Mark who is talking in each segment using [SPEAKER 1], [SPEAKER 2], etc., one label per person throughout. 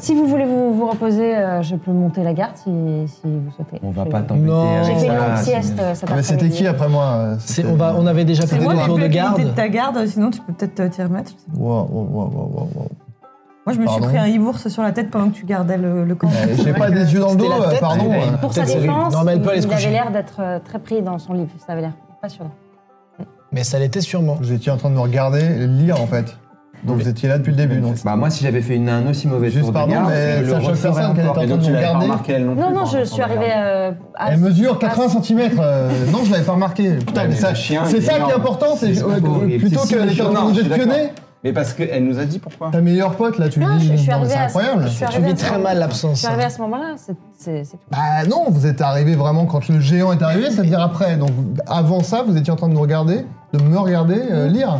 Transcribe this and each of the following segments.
[SPEAKER 1] Si vous voulez vous, vous reposer, euh, je peux monter la garde si, si vous souhaitez.
[SPEAKER 2] On va pas
[SPEAKER 1] t'en.
[SPEAKER 2] t'embêter
[SPEAKER 3] Non.
[SPEAKER 1] J'ai
[SPEAKER 2] avec
[SPEAKER 1] fait une
[SPEAKER 2] ça.
[SPEAKER 1] longue
[SPEAKER 2] c'est-
[SPEAKER 1] sieste euh, cet
[SPEAKER 3] Ah, Mais c'était
[SPEAKER 1] après-midi.
[SPEAKER 3] qui après moi euh,
[SPEAKER 4] C'est-
[SPEAKER 3] c'était-
[SPEAKER 4] on, va, on avait déjà fait
[SPEAKER 5] C'est
[SPEAKER 4] des
[SPEAKER 5] moi qui
[SPEAKER 4] tours
[SPEAKER 5] peux
[SPEAKER 4] de
[SPEAKER 5] l'idée de
[SPEAKER 4] garde.
[SPEAKER 5] ta garde, sinon tu peux peut-être euh, t'y remettre.
[SPEAKER 3] Wow, wow, wow, wow, wow, wow.
[SPEAKER 5] Moi, je me
[SPEAKER 3] Pardon
[SPEAKER 5] suis pris un hibousse sur la tête pendant que tu gardais le, le camp.
[SPEAKER 3] Euh,
[SPEAKER 5] C'est
[SPEAKER 3] J'ai
[SPEAKER 5] vrai
[SPEAKER 3] pas
[SPEAKER 5] que-
[SPEAKER 3] des yeux dans le
[SPEAKER 4] c'était
[SPEAKER 3] dos,
[SPEAKER 4] la
[SPEAKER 3] euh,
[SPEAKER 4] tête,
[SPEAKER 3] pardon.
[SPEAKER 4] mais-
[SPEAKER 3] euh,
[SPEAKER 1] Pour sa
[SPEAKER 4] Peut-être c'est lui.
[SPEAKER 1] défense,
[SPEAKER 4] Non, mais elle peut aller se
[SPEAKER 1] il avait
[SPEAKER 4] coucher.
[SPEAKER 1] l'air d'être euh, très pris dans son livre. Ça avait l'air passionnant.
[SPEAKER 4] Mais ça l'était sûrement.
[SPEAKER 3] Vous étiez en train de me regarder et lire en fait. Donc vous étiez là depuis le début. Donc
[SPEAKER 6] Bah moi si j'avais fait une, un aussi mauvais
[SPEAKER 3] Juste
[SPEAKER 6] tour
[SPEAKER 3] pardon,
[SPEAKER 6] de garde,
[SPEAKER 3] mais
[SPEAKER 6] je
[SPEAKER 3] ça
[SPEAKER 6] le
[SPEAKER 3] choque
[SPEAKER 6] referais
[SPEAKER 3] personne qu'elle
[SPEAKER 6] encore.
[SPEAKER 3] est en
[SPEAKER 6] Et
[SPEAKER 3] train
[SPEAKER 6] donc
[SPEAKER 3] de
[SPEAKER 6] tu
[SPEAKER 3] nous
[SPEAKER 6] l'avais pas
[SPEAKER 3] regarder.
[SPEAKER 6] remarqué elle non plus.
[SPEAKER 1] Non, non,
[SPEAKER 6] pendant
[SPEAKER 1] je
[SPEAKER 6] ton
[SPEAKER 1] suis
[SPEAKER 6] regard.
[SPEAKER 1] arrivée euh, à.
[SPEAKER 3] Elle mesure
[SPEAKER 1] à-
[SPEAKER 3] 80 cm. non, je l'avais pas remarqué.
[SPEAKER 6] Ouais,
[SPEAKER 3] Putain, mais
[SPEAKER 6] mais
[SPEAKER 3] ça,
[SPEAKER 6] le chien, il
[SPEAKER 3] c'est
[SPEAKER 6] est
[SPEAKER 3] ça qui est
[SPEAKER 6] énorme.
[SPEAKER 3] important. C'est
[SPEAKER 6] C'est
[SPEAKER 3] euh,
[SPEAKER 6] horrible.
[SPEAKER 3] plutôt
[SPEAKER 6] C'est
[SPEAKER 3] qu'elle est en train de
[SPEAKER 6] si méchant, non,
[SPEAKER 3] nous
[SPEAKER 6] je suis
[SPEAKER 3] espionner.
[SPEAKER 6] Mais parce qu'elle nous a dit pourquoi.
[SPEAKER 3] Ta meilleure pote, là, tu
[SPEAKER 1] Non,
[SPEAKER 3] lui dis.
[SPEAKER 1] je- je suis
[SPEAKER 3] non, mais
[SPEAKER 1] arrivée
[SPEAKER 3] c'est
[SPEAKER 1] à-
[SPEAKER 3] incroyable.
[SPEAKER 1] je suis
[SPEAKER 4] Tu vis très mal
[SPEAKER 1] Je
[SPEAKER 4] l'absence.
[SPEAKER 1] suis arrivée à ce moment-là. c'est- C'est c'est tout.
[SPEAKER 3] Bah non, vous êtes arrivé vraiment quand le géant est arrivé, c'est-à-dire après. Donc avant ça, vous étiez en train de nous regarder, de me regarder euh, lire.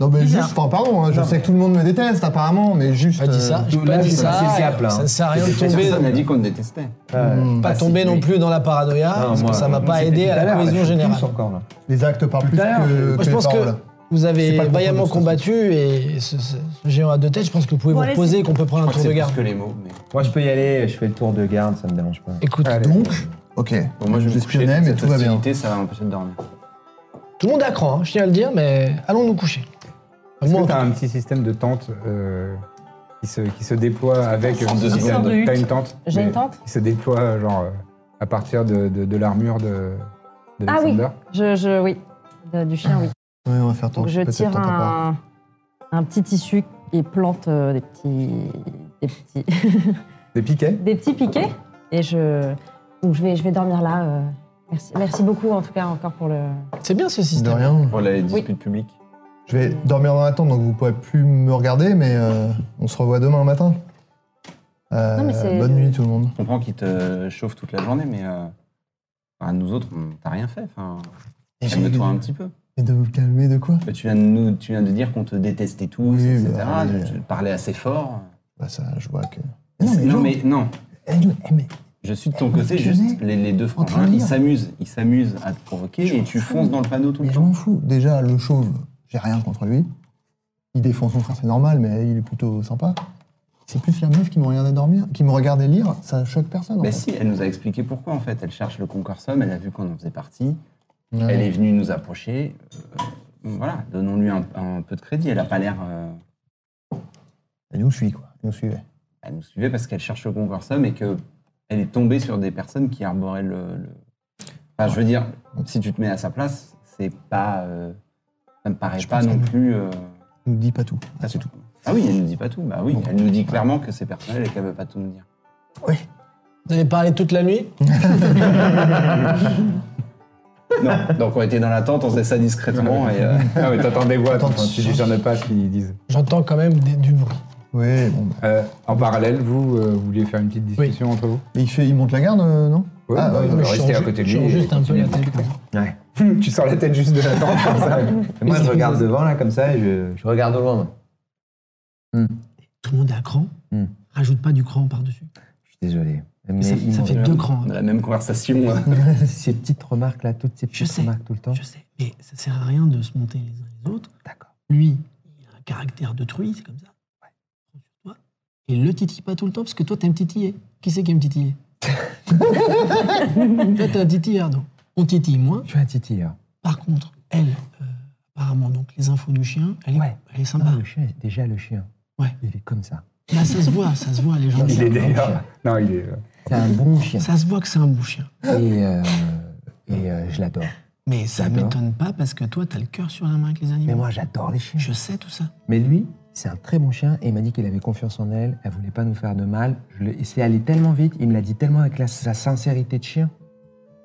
[SPEAKER 3] Non mais
[SPEAKER 5] Bizarre.
[SPEAKER 3] juste, enfin pardon, hein, je sais que tout le monde me déteste apparemment, mais juste.
[SPEAKER 4] Pas dit ça.
[SPEAKER 3] euh,
[SPEAKER 4] J'ai pas
[SPEAKER 6] là,
[SPEAKER 4] dit
[SPEAKER 6] c'est
[SPEAKER 4] ça.
[SPEAKER 6] passé le cap, là.
[SPEAKER 4] Ça ne sert à rien de tomber.
[SPEAKER 6] Personne n'a dit qu'on le détestait.
[SPEAKER 4] Pas
[SPEAKER 6] Ah,
[SPEAKER 4] tomber
[SPEAKER 6] si,
[SPEAKER 4] non
[SPEAKER 6] oui.
[SPEAKER 4] plus dans la paranoïa,
[SPEAKER 6] Ah,
[SPEAKER 4] parce que
[SPEAKER 6] moi,
[SPEAKER 4] ça m'a
[SPEAKER 6] moi,
[SPEAKER 4] pas
[SPEAKER 6] c'était
[SPEAKER 4] aidé
[SPEAKER 6] tout
[SPEAKER 4] à la
[SPEAKER 6] l'heure, là, je
[SPEAKER 4] cohésion
[SPEAKER 6] suis
[SPEAKER 4] générale.
[SPEAKER 6] plus encore, là.
[SPEAKER 3] Les actes parlent plus
[SPEAKER 6] Tout à l'heure,
[SPEAKER 3] que,
[SPEAKER 4] Moi,
[SPEAKER 3] que
[SPEAKER 4] je
[SPEAKER 3] les
[SPEAKER 4] pense que
[SPEAKER 3] paroles.
[SPEAKER 4] vous
[SPEAKER 3] C'est
[SPEAKER 4] avez
[SPEAKER 3] pas le propos
[SPEAKER 4] vaillamment
[SPEAKER 3] de ce
[SPEAKER 4] combattu et ce, ce- ce géant à deux têtes, je pense que vous pouvez
[SPEAKER 5] Bon,
[SPEAKER 4] vous
[SPEAKER 5] allez,
[SPEAKER 4] reposer
[SPEAKER 5] c'est-
[SPEAKER 4] et qu'on peut prendre un tour de garde.
[SPEAKER 6] que les mots. Moi je peux y aller, je fais le tour de garde, ça me dérange pas.
[SPEAKER 4] Écoute,
[SPEAKER 3] Donc, ok.
[SPEAKER 6] Bon, moi je vais me coucher,
[SPEAKER 3] J'espionnais,
[SPEAKER 6] toute
[SPEAKER 3] mais
[SPEAKER 6] cette
[SPEAKER 3] tout va bien.
[SPEAKER 6] hostilité, ça va m'empêcher de dormir.
[SPEAKER 4] tout le monde a cran, hein, je tiens à le dire, mais allons nous coucher.
[SPEAKER 7] Est-ce
[SPEAKER 4] Moi,
[SPEAKER 7] que t'as un petit système de tente euh, qui, se, qui se déploie avec...
[SPEAKER 1] sorte de
[SPEAKER 7] t'as-
[SPEAKER 5] sorte de hutte.
[SPEAKER 7] T'as une tente
[SPEAKER 1] J'ai
[SPEAKER 7] mais
[SPEAKER 1] une tente
[SPEAKER 7] Qui se déploie euh, genre euh, à partir de, de- de l'armure de, de
[SPEAKER 1] Ah oui.
[SPEAKER 7] Alexander.
[SPEAKER 1] Je, je, oui. De- du chien, oui.
[SPEAKER 3] Ouais, on va faire ton
[SPEAKER 1] Donc je
[SPEAKER 3] peut-être
[SPEAKER 1] tire
[SPEAKER 3] ton part.
[SPEAKER 1] un, un petit tissu et plante euh, des petits, des petits,
[SPEAKER 7] Des piquets
[SPEAKER 1] des petits piquets. Et je, donc je vais, je vais dormir là. euh. Merci, merci beaucoup en tout cas encore pour le.
[SPEAKER 4] c'est bien ce
[SPEAKER 3] De
[SPEAKER 4] système.
[SPEAKER 3] rien.
[SPEAKER 6] Pour les disputes publiques.
[SPEAKER 3] Je vais dormir dans la tente, donc vous pourrez plus me regarder, mais euh, on se revoit demain matin. Euh,
[SPEAKER 1] Non, mais c'est-
[SPEAKER 3] bonne nuit tout le monde.
[SPEAKER 6] Je comprends qu'il te chauffe toute la journée, mais euh, enfin, nous autres, on t'as rien fait. Enfin, calme-toi un petit peu.
[SPEAKER 3] Et de vous calmer de quoi
[SPEAKER 6] Mais Tu viens de, nous, tu viens de dire qu'on te détestait tous,
[SPEAKER 3] Oui,
[SPEAKER 6] etc.
[SPEAKER 3] bah, oui.
[SPEAKER 6] Tu parlais assez fort.
[SPEAKER 3] Bah ça, je vois que.
[SPEAKER 6] non, mais non.
[SPEAKER 3] Eh, mais- eh, mais-
[SPEAKER 6] Je suis de ton côté, juste les, les deux
[SPEAKER 3] En
[SPEAKER 6] francs.
[SPEAKER 3] train de
[SPEAKER 6] hein, ils
[SPEAKER 3] lire.
[SPEAKER 6] s'amusent, ils s'amusent à te provoquer et tu fonces dans le panneau tout le
[SPEAKER 3] Mais je
[SPEAKER 6] temps.
[SPEAKER 3] m'en fous. Déjà, le chauve, j'ai rien contre lui. Il défend son frère, c'est normal, mais il est plutôt sympa. C'est plus la meuf qui me regardait dormir, qui me regardait lire, ça choque personne. en
[SPEAKER 6] Bah
[SPEAKER 3] fait.
[SPEAKER 6] si, elle nous a expliqué pourquoi en fait. Elle cherche le concorsum, elle a vu qu'on en faisait partie,
[SPEAKER 3] Ouais.
[SPEAKER 6] elle est venue nous approcher. euh, bon, voilà, donnons-lui un, un peu de crédit. Elle a pas l'air. euh,
[SPEAKER 3] Elle nous suit, quoi. Elle nous suivait.
[SPEAKER 6] elle nous suivait parce qu'elle cherche le concorsum et que elle est tombée sur des personnes qui arboraient le. le- Enfin, je veux dire, si tu te mets à sa place, c'est pas. euh, ça me paraît
[SPEAKER 3] Je
[SPEAKER 6] pas
[SPEAKER 3] pense
[SPEAKER 6] non
[SPEAKER 3] qu'elle-
[SPEAKER 6] plus. euh,
[SPEAKER 3] Elle nous dit pas tout.
[SPEAKER 6] ça, c'est tout. Ah oui, elle nous dit pas tout. Bah oui, elle nous dit clairement que c'est personnel et qu'elle veut pas tout nous dire.
[SPEAKER 4] Vous avez parlé toute la nuit
[SPEAKER 6] Non, donc on était dans la tente, on faisait ça discrètement et euh,
[SPEAKER 7] Ah oui, t'attendais quoi
[SPEAKER 3] Attends,
[SPEAKER 7] toi, quand Tu discernes pas ce qu'ils disent.
[SPEAKER 4] J'entends quand même des- du bruit.
[SPEAKER 3] Oui, bon. bah.
[SPEAKER 7] Euh, en parallèle, vous, euh, vous vouliez faire une petite discussion entre vous
[SPEAKER 3] Et il, fait, il monte la garde, euh, non
[SPEAKER 7] Oui,
[SPEAKER 3] Ah,
[SPEAKER 7] bah,
[SPEAKER 3] ouais,
[SPEAKER 7] il
[SPEAKER 3] ouais,
[SPEAKER 7] va
[SPEAKER 3] je
[SPEAKER 7] rester
[SPEAKER 4] sors
[SPEAKER 7] à
[SPEAKER 4] ju-
[SPEAKER 7] côté de
[SPEAKER 4] Ah, je
[SPEAKER 7] lui.
[SPEAKER 4] sors
[SPEAKER 7] et
[SPEAKER 4] juste un peu
[SPEAKER 7] continuer
[SPEAKER 4] la
[SPEAKER 7] de
[SPEAKER 4] tête,
[SPEAKER 7] discuter. tu sors la tête juste de la tente comme ça.
[SPEAKER 6] Et moi, je regarde devant, là, comme ça, et je, je regarde au loin. moi.
[SPEAKER 4] Tout le monde a cran.
[SPEAKER 6] Hmm.
[SPEAKER 4] Rajoute pas du cran par-dessus.
[SPEAKER 6] Je suis désolé. Mais
[SPEAKER 4] ça-
[SPEAKER 6] ils
[SPEAKER 4] ça
[SPEAKER 6] m'ont-
[SPEAKER 4] fait deux crans.
[SPEAKER 6] On a la même conversation. euh.
[SPEAKER 3] Ces petites remarques là, toutes ces
[SPEAKER 4] petites sais. remarques
[SPEAKER 3] tout le temps.
[SPEAKER 4] Je sais, mais ça sert à rien de se monter les uns les autres.
[SPEAKER 3] D'accord.
[SPEAKER 4] Lui, il a un caractère de truie, c'est comme ça. Prends sur toi. Et le titille pas tout le temps, parce que toi, t'aimes titiller. Qui c'est qui aime titiller Toi, t'es un titilleur, donc. On titille moins.
[SPEAKER 6] Je suis un titilleur.
[SPEAKER 4] Par contre, elle, euh, apparemment, donc, les infos du chien, elle est,
[SPEAKER 6] Ouais. Ah
[SPEAKER 4] elle est sympa.
[SPEAKER 6] chien, déjà le chien.
[SPEAKER 4] Ah. Ouais.
[SPEAKER 6] Il est comme ça.
[SPEAKER 4] Là, ça se voit, ça se voit, les gens.
[SPEAKER 7] Il est
[SPEAKER 4] disent,
[SPEAKER 7] d'ailleurs. Non, il est. euh,
[SPEAKER 6] C'est un bon chien.
[SPEAKER 4] Ça se voit que c'est un bon chien.
[SPEAKER 6] Et, euh, et, euh, je l'adore.
[SPEAKER 4] Mais ça
[SPEAKER 8] D'accord.
[SPEAKER 4] m'étonne pas parce que toi, t'as le cœur sur la main avec les animaux.
[SPEAKER 8] Mais moi, j'adore les chiens.
[SPEAKER 4] Je sais tout ça.
[SPEAKER 8] Mm. Mais lui, c'est un très bon chien et il m'a dit qu'il avait confiance en elle, elle voulait pas nous faire de mal. Je l'ai- et c'est allé tellement vite, il me l'a dit tellement avec la- sa sincérité de chien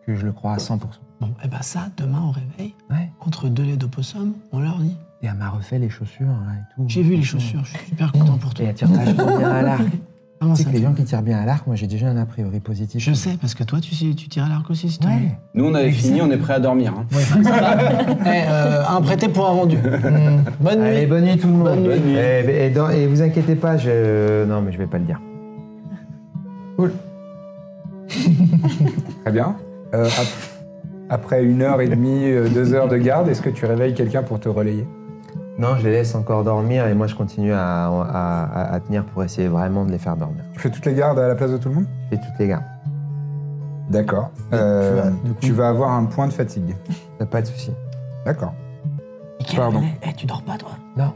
[SPEAKER 8] que je le crois à 100%.
[SPEAKER 4] Bon, et ben ça, demain au réveil,
[SPEAKER 8] Ouais.
[SPEAKER 4] entre deux laits d'opossum, on leur dit.
[SPEAKER 8] Et elle m'a refait les chaussures là, et tout.
[SPEAKER 4] J'ai vu les chaussures, je suis super content pour
[SPEAKER 8] Et
[SPEAKER 4] toi.
[SPEAKER 8] elle tire très bien à l'arc.
[SPEAKER 4] Vraiment,
[SPEAKER 8] Tu sais
[SPEAKER 4] ça
[SPEAKER 8] que
[SPEAKER 4] me
[SPEAKER 8] les
[SPEAKER 4] fait-
[SPEAKER 8] gens qui tirent bien à l'arc, moi j'ai déjà un a priori positif.
[SPEAKER 4] Je sais, parce que toi, tu, sais- tu tires à l'arc aussi, si tu
[SPEAKER 8] Ouais.
[SPEAKER 6] Nous, on avait fini, on est prêt à dormir. hein.
[SPEAKER 4] Eh, euh, un prêté pour un vendu. Bonne nuit.
[SPEAKER 8] Allez, bonne nuit tout le monde.
[SPEAKER 4] Bonne nuit.
[SPEAKER 8] Et, et dans- et vous inquiétez pas, je. Non, mais je vais pas le dire.
[SPEAKER 2] Très bien. Euh, ap- après une heure et demie, euh, deux heures de garde, est-ce que tu réveilles quelqu'un pour te relayer
[SPEAKER 8] Non, je les laisse encore dormir et moi je continue à, à- à- à tenir pour essayer vraiment de les faire dormir.
[SPEAKER 2] Tu fais toutes les gardes à la place de tout le monde
[SPEAKER 8] Je fais toutes les gardes.
[SPEAKER 2] D'accord. Euh,
[SPEAKER 8] Tu vas- du coup-
[SPEAKER 2] tu vas avoir un point de fatigue.
[SPEAKER 8] T'as Pas de souci.
[SPEAKER 2] D'accord.
[SPEAKER 4] Et quel
[SPEAKER 2] Pardon.
[SPEAKER 4] relais Eh, tu dors pas, toi
[SPEAKER 8] Non.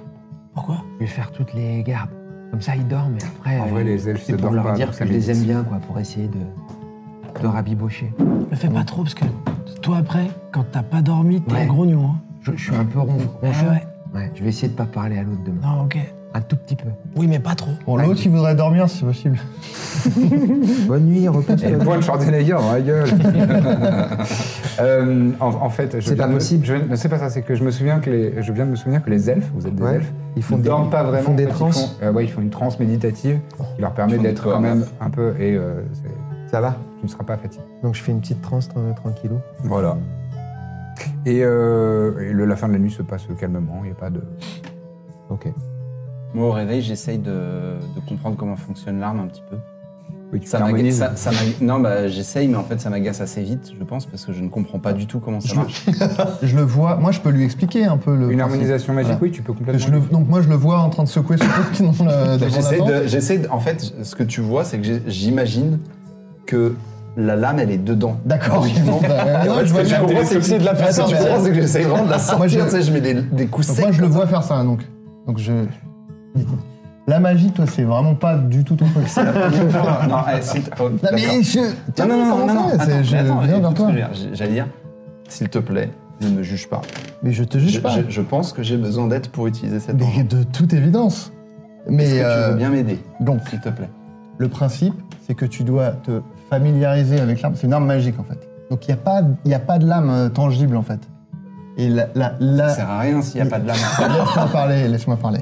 [SPEAKER 4] Pourquoi
[SPEAKER 8] Je vais faire toutes les gardes. Comme ça, ils dorment et après.
[SPEAKER 2] En vrai,
[SPEAKER 8] euh,
[SPEAKER 2] les elfes
[SPEAKER 8] c'est
[SPEAKER 2] ne
[SPEAKER 8] pour
[SPEAKER 2] dorment
[SPEAKER 8] leur
[SPEAKER 2] pas,
[SPEAKER 8] dire
[SPEAKER 2] donc
[SPEAKER 8] que
[SPEAKER 2] ça
[SPEAKER 8] je les aime
[SPEAKER 2] mérite.
[SPEAKER 8] bien, quoi, pour essayer de, de rabibocher.
[SPEAKER 4] Le fais pas trop, parce que toi, après, quand t'as pas dormi, t'es
[SPEAKER 8] Ouais.
[SPEAKER 4] un grognon. Hein.
[SPEAKER 8] Je, je suis un peu rond.
[SPEAKER 4] Ah ouais.
[SPEAKER 8] Ouais, je vais essayer de pas parler à l'autre demain.
[SPEAKER 4] Non, ok.
[SPEAKER 8] Un tout petit peu.
[SPEAKER 4] Oui, mais pas trop.
[SPEAKER 3] Bon, l'autre, il voudrait dormir si c'est possible.
[SPEAKER 8] Bonne nuit, repose-toi.
[SPEAKER 2] Et point de Schwarzenegger dans la gueule. Euh, en, en fait, je
[SPEAKER 8] C'est
[SPEAKER 2] viens
[SPEAKER 8] pas
[SPEAKER 2] de-
[SPEAKER 8] possible.
[SPEAKER 2] je- non, c'est pas ça. C'est que je me souviens que les, je viens de me souvenir que les elfes, vous êtes des
[SPEAKER 8] Ouais.
[SPEAKER 2] elfes,
[SPEAKER 8] Ils font
[SPEAKER 2] ne
[SPEAKER 8] des-
[SPEAKER 2] dorment pas vraiment.
[SPEAKER 8] ils font des
[SPEAKER 2] en fait,
[SPEAKER 8] transes.
[SPEAKER 2] font- euh, ouais, ils font une transe méditative qui leur
[SPEAKER 6] Ils
[SPEAKER 2] permet
[SPEAKER 6] font
[SPEAKER 2] d'être
[SPEAKER 6] des
[SPEAKER 2] quand même
[SPEAKER 6] corps.
[SPEAKER 2] un peu et euh, c'est-
[SPEAKER 8] Ça va
[SPEAKER 2] tu ne seras pas fatigué.
[SPEAKER 8] Donc je fais une petite transe euh, tranquillou.
[SPEAKER 2] Voilà. Et, euh, et le- la fin de la nuit se passe calmement. Il n'y a pas de.
[SPEAKER 8] Ok.
[SPEAKER 6] Moi, au réveil, j'essaye de, de comprendre comment fonctionne l'arme un petit peu.
[SPEAKER 2] Oui, tu
[SPEAKER 6] Ça m'agace.
[SPEAKER 2] t'harmonises.
[SPEAKER 6] ça- ça m'aga- non, bah, j'essaye, mais en fait, ça m'agace assez vite, je pense, parce que je ne comprends pas du tout comment ça marche.
[SPEAKER 3] Je le vois, moi je peux lui expliquer un peu le.
[SPEAKER 2] Une
[SPEAKER 3] principe.
[SPEAKER 2] harmonisation magique,
[SPEAKER 3] Voilà.
[SPEAKER 2] oui, tu peux complètement.
[SPEAKER 3] Je le- donc moi je le vois en train de secouer son truc dans le- devant la
[SPEAKER 6] Bah, J'essaie
[SPEAKER 3] tente.
[SPEAKER 6] de, j'essaie de- En fait, ce que tu vois, c'est que j'ai- j'imagine que la lame, elle est dedans.
[SPEAKER 3] D'accord.
[SPEAKER 6] Logiquement.
[SPEAKER 3] Bah,
[SPEAKER 6] Et en
[SPEAKER 3] non,
[SPEAKER 6] fait,
[SPEAKER 3] je
[SPEAKER 6] ce
[SPEAKER 3] vois
[SPEAKER 6] que tu
[SPEAKER 3] bien.
[SPEAKER 6] comprends, c'est que c'est de la
[SPEAKER 3] Attends,
[SPEAKER 6] façon. Tu
[SPEAKER 3] mais-
[SPEAKER 6] comprends, c'est hein. que j'essaie vraiment de la
[SPEAKER 3] Moi, je-
[SPEAKER 6] sortir. Tu sais, je mets des, des coups
[SPEAKER 3] Donc
[SPEAKER 6] secs.
[SPEAKER 3] moi je le
[SPEAKER 6] comme ça.
[SPEAKER 3] vois faire ça hein, donc. Donc je. La magie, toi, c'est vraiment pas du tout ton truc. C'est la première fois.
[SPEAKER 6] Non, eh, si t- oh,
[SPEAKER 3] Non mais
[SPEAKER 6] d'accord.
[SPEAKER 3] je.
[SPEAKER 6] Non,
[SPEAKER 3] Tiens,
[SPEAKER 6] non, non, non,
[SPEAKER 3] comment
[SPEAKER 6] non,
[SPEAKER 3] t'es
[SPEAKER 6] attends,
[SPEAKER 3] C'est-
[SPEAKER 6] mais
[SPEAKER 3] Je
[SPEAKER 6] attends,
[SPEAKER 3] viens vers
[SPEAKER 6] écoute ce
[SPEAKER 3] toi.
[SPEAKER 6] que je veux dire. J'ai- J'allais dire, s'il te plaît, ne me juge pas.
[SPEAKER 3] Mais je te juge
[SPEAKER 6] Je,
[SPEAKER 3] pas.
[SPEAKER 6] je- je pense que j'ai besoin d'aide pour utiliser cette arme.
[SPEAKER 3] Mais de toute évidence. Mais
[SPEAKER 6] Est-ce que tu
[SPEAKER 3] euh,
[SPEAKER 6] veux bien m'aider,
[SPEAKER 3] donc
[SPEAKER 6] s'il te plaît
[SPEAKER 3] le principe, c'est que tu dois te familiariser avec l'arme. C'est une arme magique en fait. Donc il n'y a pas, il y a pas de lame euh, tangible en fait. Et la, la, la-
[SPEAKER 6] Ça sert à rien s'il n'y a pas de lame.
[SPEAKER 3] Laisse-moi parler, laisse-moi parler.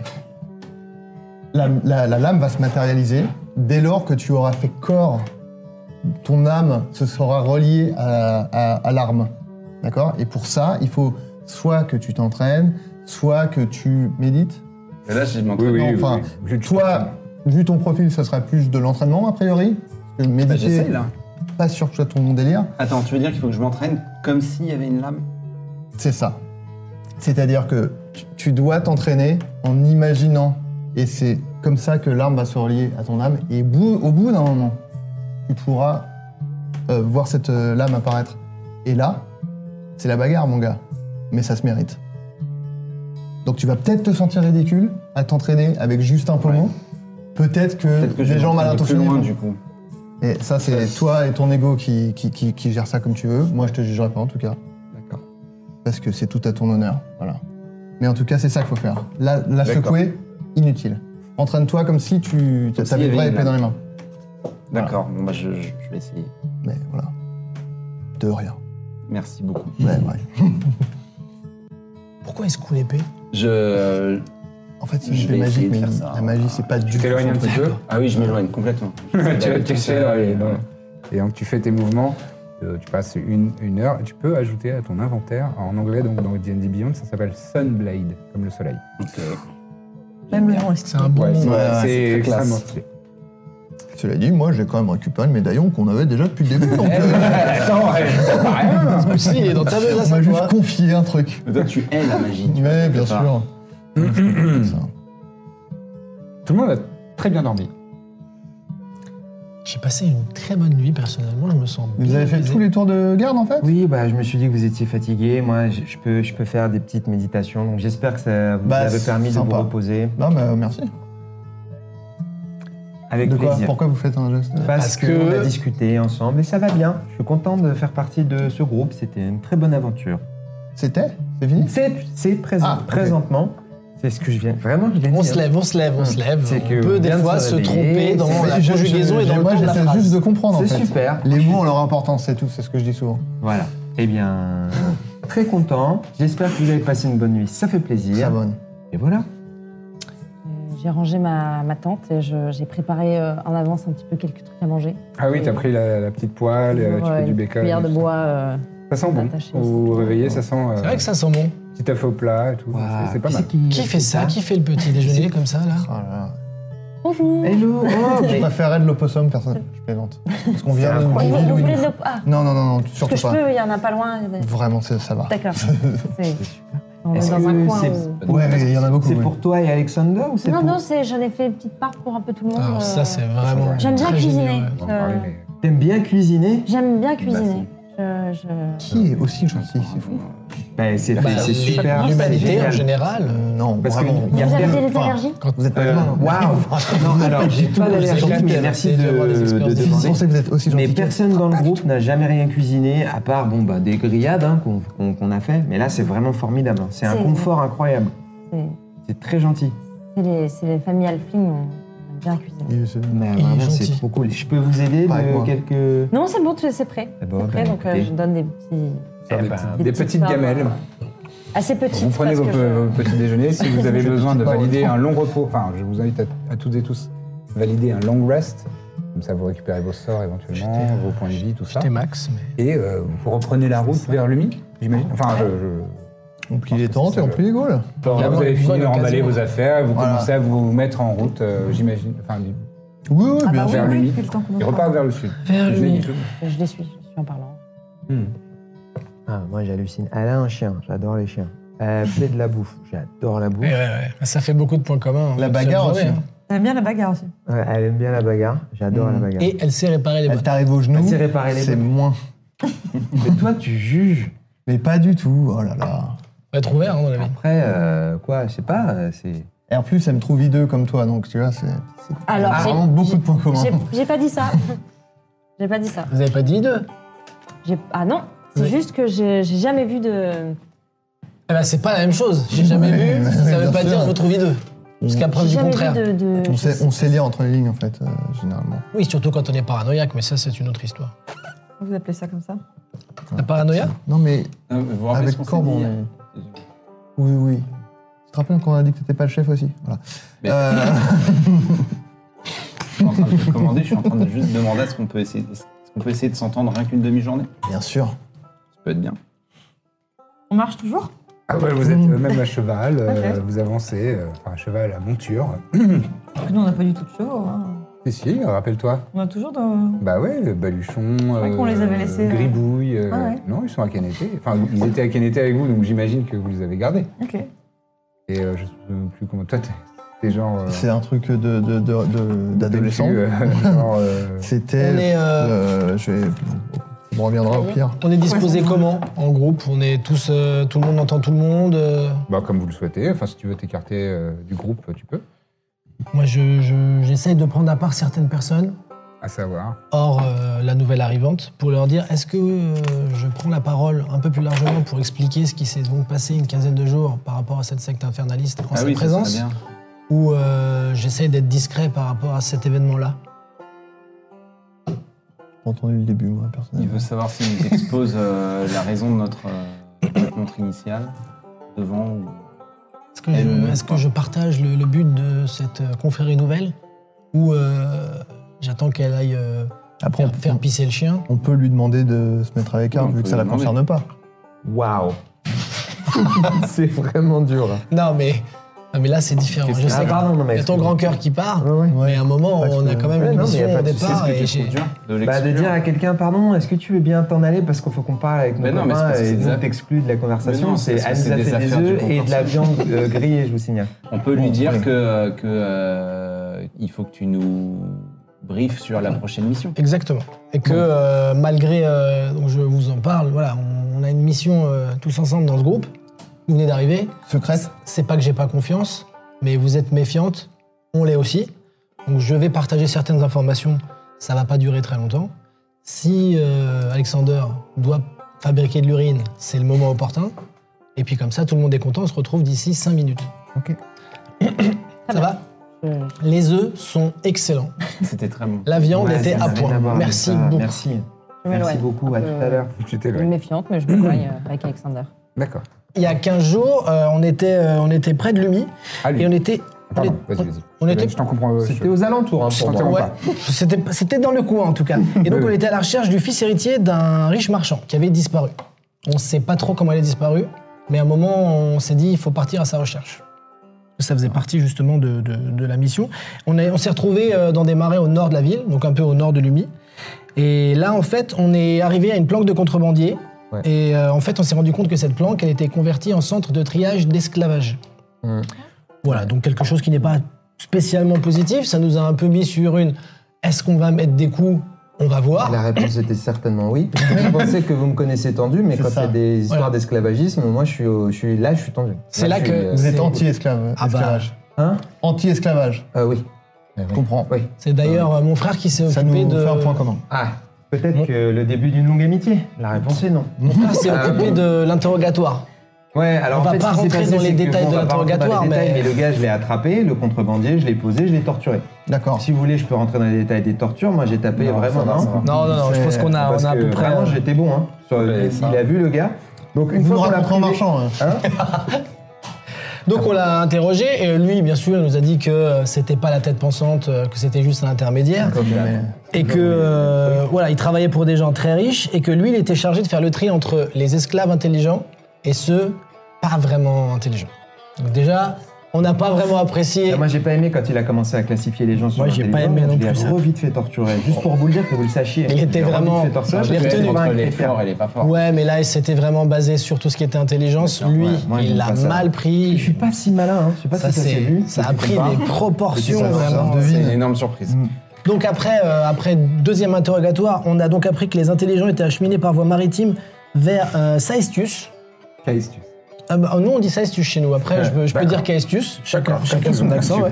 [SPEAKER 3] La, la- la lame va se matérialiser. Dès lors que tu auras fait corps, ton âme se sera reliée à, à- à l'arme. D'accord Et pour ça, il faut soit que tu t'entraînes, soit que tu médites.
[SPEAKER 6] Et là, je
[SPEAKER 2] Oui,
[SPEAKER 6] m'entraîne.
[SPEAKER 2] oui,
[SPEAKER 3] Non,
[SPEAKER 2] oui,
[SPEAKER 3] enfin,
[SPEAKER 2] oui. Tu- tu-
[SPEAKER 3] Toi, vu ton profil, ce sera plus de l'entraînement, a priori. Parce que
[SPEAKER 6] Bah,
[SPEAKER 3] méditer,
[SPEAKER 6] J'essaie là.
[SPEAKER 3] pas sûr que ce soit ton délire.
[SPEAKER 6] Attends, tu veux dire qu'il faut que je m'entraîne comme s'il y avait une lame
[SPEAKER 3] C'est ça. C'est-à-dire que tu- tu dois t'entraîner en imaginant. Et c'est comme ça que l'arme va se relier à ton âme. Et bou- au bout d'un moment, tu pourras euh, voir cette euh, lame apparaître. Et là, c'est la bagarre, mon gars. Mais ça se mérite. Donc tu vas peut-être te sentir ridicule à t'entraîner avec juste un pommeau. Peut-être que,
[SPEAKER 6] Peut-être que je
[SPEAKER 3] les
[SPEAKER 6] vais
[SPEAKER 3] gens mal
[SPEAKER 6] m'entraîner plus
[SPEAKER 3] intentionnés.
[SPEAKER 6] loin
[SPEAKER 3] vont-
[SPEAKER 6] du coup.
[SPEAKER 3] Et ça, c'est
[SPEAKER 6] Ça,
[SPEAKER 3] toi et ton ego qui, qui, qui, qui gère ça comme tu veux. Moi, je te jugerai pas en tout cas
[SPEAKER 6] D'accord.
[SPEAKER 3] parce que c'est tout à ton honneur. Voilà. Mais en tout cas, c'est ça qu'il faut faire. La, la
[SPEAKER 6] D'accord.
[SPEAKER 3] secouer, inutile. Entraîne-toi comme si tu
[SPEAKER 6] Comme
[SPEAKER 3] avais
[SPEAKER 6] s'il y
[SPEAKER 3] une vraie
[SPEAKER 6] avait une
[SPEAKER 3] épée dans les mains.
[SPEAKER 6] D'accord. Bon bah je, je- je vais essayer.
[SPEAKER 3] Mais voilà. De rien.
[SPEAKER 6] Merci beaucoup.
[SPEAKER 3] Ouais, ouais.
[SPEAKER 4] Pourquoi est-ce qu'on l'épée
[SPEAKER 6] Je.
[SPEAKER 3] En fait, c'est
[SPEAKER 6] Je
[SPEAKER 3] une épée
[SPEAKER 6] vais essayer
[SPEAKER 3] magique,
[SPEAKER 6] de
[SPEAKER 3] mais
[SPEAKER 6] faire ça. hein.
[SPEAKER 3] la magie, c'est pas du tout.
[SPEAKER 2] t'éloignes
[SPEAKER 3] son
[SPEAKER 2] un petit
[SPEAKER 3] truc.
[SPEAKER 2] peu
[SPEAKER 6] Ah oui, je m'éloigne complètement.
[SPEAKER 2] tu, tu sais, là, et, non. Et donc tu fais tes mouvements, euh, tu passes une, une heure, tu peux ajouter à ton inventaire, en anglais donc dans D&D Beyond, ça s'appelle Sunblade, comme le soleil.
[SPEAKER 6] Ok.
[SPEAKER 9] Même le nom est
[SPEAKER 4] C'est un bon.
[SPEAKER 2] Ouais, c'est-
[SPEAKER 3] ouais,
[SPEAKER 2] Ah, c'est
[SPEAKER 6] c'est très classe.
[SPEAKER 2] extrêmement stylé.
[SPEAKER 3] Cela dit, moi, j'ai quand même récupéré le médaillon qu'on avait déjà depuis le début. donc,
[SPEAKER 6] Eh
[SPEAKER 3] euh,
[SPEAKER 2] Attends, ouais, c'est pas rien.
[SPEAKER 4] Si, il est dans ta besace,
[SPEAKER 3] on m'a
[SPEAKER 4] à
[SPEAKER 3] juste
[SPEAKER 4] toi.
[SPEAKER 3] confié un truc.
[SPEAKER 6] Mais toi, tu hais la magie. tu vois,
[SPEAKER 3] Mais
[SPEAKER 6] quelque
[SPEAKER 3] bien
[SPEAKER 6] part.
[SPEAKER 3] sûr. Ça.
[SPEAKER 2] euh, Tout le monde a très bien dormi.
[SPEAKER 4] J'ai passé une très bonne nuit, personnellement, je me sens bien.
[SPEAKER 3] Vous avez fait
[SPEAKER 4] apaisé.
[SPEAKER 3] tous les tours de garde, en fait
[SPEAKER 8] Oui, bah, je me suis dit que vous étiez fatigué. Moi, je, je peux, je peux faire des petites méditations. Donc, j'espère que ça vous
[SPEAKER 3] Bah,
[SPEAKER 8] a
[SPEAKER 3] c'est
[SPEAKER 8] permis de
[SPEAKER 3] sympa.
[SPEAKER 8] vous reposer.
[SPEAKER 3] Non, mais euh, merci.
[SPEAKER 8] Avec
[SPEAKER 3] De quoi
[SPEAKER 8] plaisir. Bah,
[SPEAKER 3] Pourquoi vous faites un geste
[SPEAKER 8] Parce
[SPEAKER 4] Parce que-
[SPEAKER 8] qu'on a discuté ensemble et ça va bien. Je suis content de faire partie de ce groupe. C'était une très bonne aventure.
[SPEAKER 3] C'était C'est fini
[SPEAKER 8] C'est c'est présent,
[SPEAKER 3] Ah, ok.
[SPEAKER 8] présentement. C'est ce que je viens. Vraiment, je viens de
[SPEAKER 4] On
[SPEAKER 8] dire.
[SPEAKER 4] se lève, on se lève, on se lève.
[SPEAKER 8] C'est que
[SPEAKER 4] on peut
[SPEAKER 8] on
[SPEAKER 4] des
[SPEAKER 8] vient de
[SPEAKER 4] fois se tromper
[SPEAKER 8] réveiller,
[SPEAKER 4] dans
[SPEAKER 8] c'est-
[SPEAKER 4] la
[SPEAKER 8] je- je-
[SPEAKER 4] conjugaison et dans le
[SPEAKER 3] Moi,
[SPEAKER 4] ton de la
[SPEAKER 3] j'essaie
[SPEAKER 4] phrase.
[SPEAKER 3] juste de comprendre. en
[SPEAKER 8] C'est
[SPEAKER 3] fait.
[SPEAKER 8] super.
[SPEAKER 3] Les mots ont leur importance, c'est tout. C'est ce que je dis souvent.
[SPEAKER 8] Voilà. Eh bien, très content. J'espère que vous avez passé une bonne nuit. Ça fait plaisir.
[SPEAKER 3] Très bonne.
[SPEAKER 8] Et voilà.
[SPEAKER 1] J'ai rangé ma, ma tente et je- j'ai préparé euh, en avance un petit peu quelques trucs à manger.
[SPEAKER 2] Ah oui,
[SPEAKER 1] Et-
[SPEAKER 2] t'as pris la, la petite poêle, euh, tu
[SPEAKER 1] Ouais,
[SPEAKER 2] fais du
[SPEAKER 1] une
[SPEAKER 2] bacon.
[SPEAKER 1] cuillère de bois. euh,
[SPEAKER 2] Ça sent bon.
[SPEAKER 1] attachée aussi.
[SPEAKER 2] Vous vous réveillez, ça sent. euh,
[SPEAKER 4] C'est vrai que ça sent bon.
[SPEAKER 2] Petit taf au plat et tout. C'est- C'est pas mal.
[SPEAKER 4] Qui fait ça Qui fait le petit déjeuner comme ça, là
[SPEAKER 3] Oh là là.
[SPEAKER 1] Bonjour
[SPEAKER 8] Hello. Oh,
[SPEAKER 3] Je
[SPEAKER 8] mais-
[SPEAKER 3] préférerais de l'opossum, personne. Je plaisante. Parce qu'on vient
[SPEAKER 8] C'est
[SPEAKER 3] d'une
[SPEAKER 1] Vous,
[SPEAKER 3] ville
[SPEAKER 1] vous
[SPEAKER 3] où il-
[SPEAKER 1] voulez de l'eau Ah,
[SPEAKER 3] Non, non, non, non,
[SPEAKER 1] ce que
[SPEAKER 3] surtout
[SPEAKER 1] je
[SPEAKER 3] pas.
[SPEAKER 1] peux, il y en a pas loin. euh,
[SPEAKER 3] Vraiment, c'est- ça va.
[SPEAKER 1] D'accord. C'est- On est
[SPEAKER 8] Est-ce
[SPEAKER 1] dans
[SPEAKER 8] que
[SPEAKER 1] un coin.
[SPEAKER 8] c'est-
[SPEAKER 1] où-
[SPEAKER 3] Ouais, mais il y en a beaucoup.
[SPEAKER 8] C'est
[SPEAKER 3] oui.
[SPEAKER 8] pour toi et Alexander ou c'est
[SPEAKER 1] Non,
[SPEAKER 8] pour
[SPEAKER 1] non, c'est- j'en ai fait une petite part pour un peu tout le monde.
[SPEAKER 4] Alors,
[SPEAKER 1] euh,
[SPEAKER 4] Ah, ça, c'est vraiment.
[SPEAKER 1] J'aime bien
[SPEAKER 4] très
[SPEAKER 1] cuisiner.
[SPEAKER 4] génial, ouais.
[SPEAKER 2] On va en
[SPEAKER 1] euh,
[SPEAKER 2] parler, mais-
[SPEAKER 8] T'aimes bien cuisiner
[SPEAKER 1] J'aime bien cuisiner. Je- je-
[SPEAKER 3] Qui est aussi gentil, c'est fou.
[SPEAKER 8] Ben, c'est
[SPEAKER 4] Bah,
[SPEAKER 8] c'est super. c'est
[SPEAKER 4] L'humanité en
[SPEAKER 8] génial.
[SPEAKER 4] général. euh,
[SPEAKER 3] Non,
[SPEAKER 8] Parce que
[SPEAKER 3] vraiment.
[SPEAKER 8] il y a
[SPEAKER 1] Vous avez
[SPEAKER 8] personne-
[SPEAKER 1] des
[SPEAKER 3] enfin,
[SPEAKER 1] allergies
[SPEAKER 4] Quand
[SPEAKER 3] Vous êtes pas
[SPEAKER 8] Euh,
[SPEAKER 3] humain.
[SPEAKER 8] Waouh Non, alors j'ai
[SPEAKER 4] tout,
[SPEAKER 8] pas l'air
[SPEAKER 4] c'est
[SPEAKER 8] gentil,
[SPEAKER 4] clair
[SPEAKER 8] mais
[SPEAKER 4] que
[SPEAKER 8] merci
[SPEAKER 4] c'est
[SPEAKER 8] de,
[SPEAKER 4] le roi des experts.
[SPEAKER 8] de
[SPEAKER 3] Je
[SPEAKER 8] demander.
[SPEAKER 3] pensais que vous êtes aussi
[SPEAKER 8] Mais
[SPEAKER 3] gentil. que-
[SPEAKER 8] personne dans le groupe n'a jamais rien cuisiné, à part bon, bah, des grillades hein, qu'on qu'on- qu'on a fait. Mais là, c'est vraiment formidable. hein. C'est un
[SPEAKER 1] C'est-
[SPEAKER 8] confort incroyable.
[SPEAKER 1] C'est-
[SPEAKER 8] C'est très gentil.
[SPEAKER 1] C'est les, c'est les familles Alphine, on aime bien cuisiner.
[SPEAKER 3] Il- c'est-
[SPEAKER 8] Mais
[SPEAKER 4] Il est
[SPEAKER 8] vraiment, c'est
[SPEAKER 4] gentil.
[SPEAKER 8] trop cool. Je peux vous aider
[SPEAKER 3] Pas avec
[SPEAKER 8] de
[SPEAKER 3] moi.
[SPEAKER 8] quelques.
[SPEAKER 1] Non, c'est bon, tu- c'est prêt.
[SPEAKER 8] Eh ben,
[SPEAKER 1] C'est prêt,
[SPEAKER 8] ben,
[SPEAKER 1] donc euh,
[SPEAKER 8] écoutez.
[SPEAKER 1] je donne des petits.
[SPEAKER 2] Faire
[SPEAKER 8] Eh
[SPEAKER 2] des,
[SPEAKER 8] ben,
[SPEAKER 6] Ah,
[SPEAKER 2] petites-
[SPEAKER 1] des
[SPEAKER 2] des
[SPEAKER 1] petites
[SPEAKER 2] petites
[SPEAKER 1] sortes.
[SPEAKER 2] gamelles.
[SPEAKER 1] Assez petites.
[SPEAKER 2] Vous prenez
[SPEAKER 1] parce
[SPEAKER 2] vos,
[SPEAKER 1] que je-
[SPEAKER 2] vos petits déjeuners. Si vous avez
[SPEAKER 3] Je
[SPEAKER 2] besoin
[SPEAKER 3] sais
[SPEAKER 2] de
[SPEAKER 3] pas
[SPEAKER 2] valider
[SPEAKER 3] autant.
[SPEAKER 2] un long repos, enfin, je vous invite à, à toutes et tous valider un long rest. Comme ça, vous récupérez vos sorts éventuellement,
[SPEAKER 4] J'étais, euh,
[SPEAKER 2] vos points de vie, tout ça.
[SPEAKER 4] J'étais max, mais.
[SPEAKER 2] Et euh, vous reprenez la route vers Lumi, j'imagine. Enfin, je- je-
[SPEAKER 3] On plie les tentes et on plie les gaules.
[SPEAKER 2] là, vous
[SPEAKER 4] vraiment
[SPEAKER 2] avez
[SPEAKER 4] une
[SPEAKER 2] fini
[SPEAKER 4] bonne
[SPEAKER 2] de remballer
[SPEAKER 4] occasion.
[SPEAKER 2] vos affaires. Vous
[SPEAKER 3] Voilà.
[SPEAKER 2] commencez à vous mettre en route, euh, j'imagine. Enfin, du-
[SPEAKER 3] Oui, oui,
[SPEAKER 10] Ah
[SPEAKER 3] bien
[SPEAKER 10] bah
[SPEAKER 3] sûr.
[SPEAKER 2] vers
[SPEAKER 10] oui,
[SPEAKER 2] Lumi.
[SPEAKER 10] depuis le temps qu'on en
[SPEAKER 2] Il
[SPEAKER 10] parle.
[SPEAKER 2] repart vers le sud.
[SPEAKER 4] Vers Lumi.
[SPEAKER 1] Je les suis, je les suis en parlant.
[SPEAKER 2] Hmm.
[SPEAKER 8] Ah, moi, j'hallucine. Elle a un chien. J'adore les chiens. Elle fait de la bouffe. J'adore la bouffe.
[SPEAKER 3] euh,
[SPEAKER 4] Ouais, ouais, ouais. Ah, Ça fait beaucoup de points communs. hein,
[SPEAKER 3] La
[SPEAKER 4] de se
[SPEAKER 3] bagarre
[SPEAKER 4] retrouver,
[SPEAKER 3] aussi.
[SPEAKER 4] hein.
[SPEAKER 10] J'aime bien la bagarre aussi.
[SPEAKER 8] Ouais, elle aime bien la bagarre. J'adore la bagarre.
[SPEAKER 4] Et elle sait réparer les
[SPEAKER 3] Elle
[SPEAKER 4] bottes.
[SPEAKER 3] t'arrive aux genoux.
[SPEAKER 8] Vas-y, réparer les
[SPEAKER 3] Mm. C'est
[SPEAKER 8] bottes.
[SPEAKER 3] moins.
[SPEAKER 8] Mais toi, tu juges.
[SPEAKER 3] Mais pas du tout. Oh là là.
[SPEAKER 4] Faut être ouvert hein, dans la vie.
[SPEAKER 8] Après, euh, quoi, je sais pas, euh, c'est.
[SPEAKER 3] Et en plus, elle me trouve hideux comme toi, donc tu vois, c'est c'est
[SPEAKER 1] Alors, j'ai-
[SPEAKER 3] Ah, vraiment beaucoup de points communs.
[SPEAKER 1] Ah J'ai- J'ai pas dit ça. J'ai pas dit ça.
[SPEAKER 4] Vous avez pas dit deux
[SPEAKER 1] J'ai- Ah non, c'est
[SPEAKER 4] Oui.
[SPEAKER 1] juste que j'ai j'ai jamais vu de.
[SPEAKER 4] Eh ben, c'est pas la même chose. J'ai jamais
[SPEAKER 3] Ouais,
[SPEAKER 4] vu.
[SPEAKER 3] ouais,
[SPEAKER 4] Ça veut
[SPEAKER 3] bien
[SPEAKER 4] pas
[SPEAKER 3] sûr.
[SPEAKER 4] dire vous trouvez deux. Jusqu'à preuve
[SPEAKER 1] J'ai
[SPEAKER 4] du
[SPEAKER 1] jamais
[SPEAKER 4] contraire.
[SPEAKER 1] vu de. de-
[SPEAKER 3] On sait, on sait lire entre les lignes, en fait, euh, généralement.
[SPEAKER 4] Oui, surtout quand on est paranoïaque, mais ça, c'est une autre histoire.
[SPEAKER 10] Vous appelez ça comme ça
[SPEAKER 4] La paranoïa
[SPEAKER 3] Non, mais
[SPEAKER 6] Non, vous vous
[SPEAKER 8] Ah,
[SPEAKER 6] rappelez
[SPEAKER 3] avec
[SPEAKER 6] ce qu'on s'est
[SPEAKER 3] Corbe, on
[SPEAKER 6] dit
[SPEAKER 3] est... Oui, oui. Tu te rappelles qu'on a dit que t'étais pas le chef aussi Voilà.
[SPEAKER 6] Mais-
[SPEAKER 3] Euh,
[SPEAKER 6] Je suis en train de te commander, je suis en train de juste demander à ce qu'on peut essayer, est-ce qu'on peut essayer de s'entendre rien qu'une demi-journée.
[SPEAKER 3] bien sûr.
[SPEAKER 6] Ça peut être bien.
[SPEAKER 10] On marche toujours
[SPEAKER 2] Ah ouais, vous êtes euh, même à cheval, euh,
[SPEAKER 10] Ok.
[SPEAKER 2] vous avancez, euh, enfin à cheval à monture.
[SPEAKER 10] Ah, Nous, on n'a pas du tout de chevaux. hein.
[SPEAKER 2] Et si, rappelle-toi.
[SPEAKER 10] On a toujours de...
[SPEAKER 2] Bah ouais, le baluchon,
[SPEAKER 10] vrai qu'on les avait laissés, là.
[SPEAKER 2] gribouille. euh,
[SPEAKER 10] Ah ouais.
[SPEAKER 2] Non, ils sont à Canété. Enfin, ils étaient à Canété avec vous, donc j'imagine que vous les avez gardés.
[SPEAKER 10] Ok.
[SPEAKER 2] Et euh, je sais même plus comment. Toi, t'es- t'es genre. euh,
[SPEAKER 3] C'est un truc de- de- de- de- d'adolescent.
[SPEAKER 2] tu, euh, genre. euh,
[SPEAKER 3] C'était.
[SPEAKER 4] On est, euh,
[SPEAKER 3] euh, je vais. On me reviendra au pire.
[SPEAKER 4] On est disposé comment En groupe On est tous. euh, tout le monde entend tout le monde euh,
[SPEAKER 2] bah, comme vous le souhaitez. Enfin, si tu veux t'écarter euh, du groupe, tu peux.
[SPEAKER 4] Moi, je- je- j'essaye de prendre à part certaines personnes,
[SPEAKER 2] À savoir.
[SPEAKER 4] hors euh, la nouvelle arrivante, pour leur dire est-ce que euh, je prends la parole un peu plus largement pour expliquer ce qui s'est donc passé une quinzaine de jours par rapport à cette secte infernaliste en sa
[SPEAKER 6] Ah ça serait
[SPEAKER 4] présence
[SPEAKER 6] bien.
[SPEAKER 4] Ou euh, j'essaye d'être discret par rapport à cet événement-là
[SPEAKER 3] J'ai pas entendu le début, moi,
[SPEAKER 6] Il
[SPEAKER 3] personnellement.
[SPEAKER 6] veut savoir si nous expose euh, la raison de notre euh, notre montre initiale devant ou.
[SPEAKER 4] Est-ce que,
[SPEAKER 6] Elle ne
[SPEAKER 4] je,
[SPEAKER 6] meurt
[SPEAKER 4] est-ce que
[SPEAKER 6] pas.
[SPEAKER 4] je partage le, le but de cette euh, confrérie nouvelle ou euh, j'attends qu'elle aille euh,
[SPEAKER 3] Après,
[SPEAKER 4] faire,
[SPEAKER 3] on,
[SPEAKER 4] faire pisser le chien
[SPEAKER 3] on peut lui demander de se mettre avec
[SPEAKER 6] Oui,
[SPEAKER 3] elle,
[SPEAKER 6] on
[SPEAKER 3] vu
[SPEAKER 6] peut
[SPEAKER 3] que ça la
[SPEAKER 6] lui demander.
[SPEAKER 3] concerne pas.
[SPEAKER 8] Waouh C'est vraiment dur. hein.
[SPEAKER 4] Non, mais, non, mais là, c'est différent.
[SPEAKER 6] Qu'est-ce
[SPEAKER 4] Je
[SPEAKER 6] que-
[SPEAKER 4] sais
[SPEAKER 8] Ah,
[SPEAKER 4] que-
[SPEAKER 8] pardon, non, mais
[SPEAKER 4] il y a ton
[SPEAKER 8] excuse-moi.
[SPEAKER 4] grand cœur qui part,
[SPEAKER 8] Ouais, ouais.
[SPEAKER 4] mais à un moment,
[SPEAKER 3] Ouais,
[SPEAKER 4] on a
[SPEAKER 3] tu-
[SPEAKER 4] quand même
[SPEAKER 8] Ouais,
[SPEAKER 4] une
[SPEAKER 8] non, mais il y a
[SPEAKER 4] mission
[SPEAKER 8] pas
[SPEAKER 4] au
[SPEAKER 8] de souci,
[SPEAKER 6] C'est ce
[SPEAKER 4] départ.
[SPEAKER 6] que
[SPEAKER 4] et
[SPEAKER 6] tu
[SPEAKER 4] j'ai-
[SPEAKER 6] trouves dur de
[SPEAKER 8] Bah, de
[SPEAKER 6] l'exclure.
[SPEAKER 8] dire à quelqu'un, pardon, est-ce que tu veux bien t'en aller parce qu'il faut qu'on parle avec nos
[SPEAKER 6] Mais non, mais c'est
[SPEAKER 8] copains
[SPEAKER 6] parce que
[SPEAKER 8] et
[SPEAKER 6] c'est des
[SPEAKER 8] nous
[SPEAKER 6] a-
[SPEAKER 8] t'exclus de la
[SPEAKER 6] Mais
[SPEAKER 8] conversation.
[SPEAKER 6] non,
[SPEAKER 8] C'est
[SPEAKER 6] c'est parce
[SPEAKER 8] elle
[SPEAKER 6] que
[SPEAKER 8] nous
[SPEAKER 6] c'est
[SPEAKER 8] a
[SPEAKER 6] des
[SPEAKER 8] fait des
[SPEAKER 6] affaires du
[SPEAKER 8] œufs et de la
[SPEAKER 6] comportement.
[SPEAKER 8] viande euh, grillée, je vous signale.
[SPEAKER 6] On peut lui
[SPEAKER 3] Bon,
[SPEAKER 6] dire
[SPEAKER 3] oui.
[SPEAKER 6] que, que euh, il faut que tu nous briefes sur la prochaine mission.
[SPEAKER 4] Exactement. Et que euh, malgré, euh, donc je vous en parle, voilà, on, on a une mission euh, tous ensemble dans ce groupe. Vous venez d'arriver.
[SPEAKER 3] Secrète
[SPEAKER 4] C'est pas que j'ai pas confiance, mais vous êtes méfiante, on l'est aussi. Donc je vais partager certaines informations, ça va pas durer très longtemps. Si euh, Alexander doit fabriquer de l'urine, c'est le moment opportun. Et puis comme ça, tout le monde est content, on se retrouve d'ici 5 minutes.
[SPEAKER 11] Ok.
[SPEAKER 4] ça va Les œufs sont excellents.
[SPEAKER 6] C'était très bon.
[SPEAKER 4] La viande était à point. Merci beaucoup.
[SPEAKER 11] Merci.
[SPEAKER 1] Je m'éloigne. Un peu
[SPEAKER 2] Tu
[SPEAKER 1] Méfiante, mais je m'éloigne euh, avec Alexander.
[SPEAKER 2] D'accord.
[SPEAKER 4] Il y a 15 jours, euh, on, était, euh, on était près de Lumi. Et on était.
[SPEAKER 2] Ah Pardon,
[SPEAKER 4] on est-
[SPEAKER 2] vas-y, vas-y.
[SPEAKER 4] on était-
[SPEAKER 2] Je t'en comprends.
[SPEAKER 4] C'était
[SPEAKER 2] aux
[SPEAKER 11] alentours,
[SPEAKER 3] hein,
[SPEAKER 2] Je t'interromps
[SPEAKER 4] Ouais.
[SPEAKER 2] pas.
[SPEAKER 4] C'était- C'était dans le coin en tout cas. Et donc on était à la recherche du fils héritier d'un riche marchand qui avait disparu. On ne sait pas trop comment il est disparu, mais à un moment on s'est dit il faut partir à sa recherche. Ça faisait partie justement de, de- de la mission. On, est- on s'est retrouvé euh, dans des marais au nord de la ville, donc un peu au nord de Lumi. Et là en fait on est arrivé à une planque de contrebandier.
[SPEAKER 11] Ouais.
[SPEAKER 4] Et euh, en fait on s'est rendu compte que cette planque elle était convertie en centre de triage d'esclavage. Voilà, donc quelque chose qui n'est pas spécialement positif. Ça nous a un peu mis sur une est-ce qu'on va mettre des coups On va voir.
[SPEAKER 8] La réponse était certainement oui. Parce que je pensais que vous me connaissez tendu, mais
[SPEAKER 4] C'est
[SPEAKER 8] quand il y
[SPEAKER 4] ça.
[SPEAKER 8] a des histoires
[SPEAKER 4] Voilà.
[SPEAKER 8] d'esclavagisme, moi je suis, au- je suis là, je suis tendu.
[SPEAKER 4] C'est là
[SPEAKER 8] je suis,
[SPEAKER 4] que
[SPEAKER 8] euh,
[SPEAKER 3] Vous êtes anti-esclavage.
[SPEAKER 4] Ah bah.
[SPEAKER 3] esclavage.
[SPEAKER 8] Hein
[SPEAKER 3] Anti-esclavage.
[SPEAKER 8] Euh, oui.
[SPEAKER 3] Je comprends.
[SPEAKER 8] Oui.
[SPEAKER 4] C'est d'ailleurs euh, mon frère qui s'est
[SPEAKER 3] Ça
[SPEAKER 4] occupé
[SPEAKER 3] nous
[SPEAKER 4] de.
[SPEAKER 3] fait un point commun.
[SPEAKER 8] Ah,
[SPEAKER 11] peut-être que le début d'une longue amitié. La réponse est non.
[SPEAKER 4] Mon frère s'est
[SPEAKER 8] Ah,
[SPEAKER 4] occupé
[SPEAKER 8] bon.
[SPEAKER 4] de l'interrogatoire.
[SPEAKER 8] Ouais, alors
[SPEAKER 4] On
[SPEAKER 8] en
[SPEAKER 4] va
[SPEAKER 8] fait,
[SPEAKER 4] pas
[SPEAKER 8] ce qui s'est
[SPEAKER 4] rentrer
[SPEAKER 8] passé,
[SPEAKER 4] dans les
[SPEAKER 8] c'est que,
[SPEAKER 4] détails
[SPEAKER 8] bon,
[SPEAKER 4] de
[SPEAKER 8] on va pas rentrer dans les
[SPEAKER 4] l'interrogatoire,
[SPEAKER 8] détails,
[SPEAKER 4] mais-
[SPEAKER 8] mais... le gars, je l'ai attrapé, le contrebandier, je l'ai posé, je l'ai torturé.
[SPEAKER 3] D'accord.
[SPEAKER 8] Si vous voulez, je peux rentrer dans les détails des tortures. Moi, j'ai tapé
[SPEAKER 11] Non,
[SPEAKER 8] vraiment.
[SPEAKER 11] ça va,
[SPEAKER 8] non,
[SPEAKER 11] ça va. Non, non, non, je pense qu'on a-
[SPEAKER 8] Parce
[SPEAKER 11] on a à
[SPEAKER 8] que
[SPEAKER 11] peu près,
[SPEAKER 8] Vraiment,
[SPEAKER 11] euh,
[SPEAKER 8] j'étais bon. Hein. Sur-
[SPEAKER 11] Ouais,
[SPEAKER 8] il,
[SPEAKER 11] ça.
[SPEAKER 8] il a vu le gars. Donc une
[SPEAKER 3] Vous nous
[SPEAKER 8] fois qu'on l'a
[SPEAKER 3] raconterez en
[SPEAKER 8] privé-
[SPEAKER 3] marchant. hein.
[SPEAKER 8] Hein
[SPEAKER 4] Donc on l'a interrogé et lui, bien sûr, il nous a dit que euh, c'était pas la tête pensante, euh, que c'était juste un intermédiaire.
[SPEAKER 8] Comme la-
[SPEAKER 4] Et que euh, voilà, il travaillait pour des gens très riches et que lui, il était chargé de faire le tri entre les esclaves intelligents et ceux pas vraiment intelligents. Donc déjà, on n'a pas vraiment apprécié.
[SPEAKER 8] Ah, Moi, j'ai pas aimé quand il a commencé à classifier les gens sur
[SPEAKER 4] Moi, j'ai pas
[SPEAKER 8] l'intelligence,
[SPEAKER 4] aimé non
[SPEAKER 8] donc Je
[SPEAKER 4] plus,
[SPEAKER 8] l'ai
[SPEAKER 4] ça.
[SPEAKER 8] trop vite fait torturer. Juste pour vous le dire, que vous le sachiez. hein,
[SPEAKER 4] Il était
[SPEAKER 8] Je l'ai trop
[SPEAKER 4] vraiment-
[SPEAKER 8] vite fait torturer,
[SPEAKER 4] je l'ai
[SPEAKER 8] parce que
[SPEAKER 4] retenu.
[SPEAKER 8] j'ai
[SPEAKER 6] Entre
[SPEAKER 8] convaincu
[SPEAKER 6] les
[SPEAKER 8] de faire.
[SPEAKER 6] forts et les pas forts.
[SPEAKER 4] Ouais, mais là, c'était vraiment basé sur tout ce qui était intelligence. Lui,
[SPEAKER 8] moi, j'aime
[SPEAKER 4] il l'a
[SPEAKER 8] pas ça.
[SPEAKER 4] mal pris.
[SPEAKER 8] Je suis pas si malin, hein. je sais pas
[SPEAKER 4] Ça,
[SPEAKER 8] si ça
[SPEAKER 4] c'est-
[SPEAKER 8] s'est vu.
[SPEAKER 4] ça a
[SPEAKER 8] Je
[SPEAKER 4] pris
[SPEAKER 8] sais pas.
[SPEAKER 4] des proportions,
[SPEAKER 8] C'est ça, ça,
[SPEAKER 4] vraiment.
[SPEAKER 8] on devine.
[SPEAKER 6] euh,
[SPEAKER 8] Mm.
[SPEAKER 6] C'est une énorme surprise.
[SPEAKER 4] Donc après, euh, après deuxième interrogatoire, on a donc appris que les intelligents étaient acheminés par voie maritime vers euh, Saestus.
[SPEAKER 8] Caestus.
[SPEAKER 4] Ah bah, nous, on dit Saestus chez nous. Après,
[SPEAKER 8] Ouais,
[SPEAKER 4] je, peux- je peux
[SPEAKER 8] d'accord.
[SPEAKER 4] dire Caestus. Chacun,
[SPEAKER 8] D'accord.
[SPEAKER 4] chacun son accent. Ouais.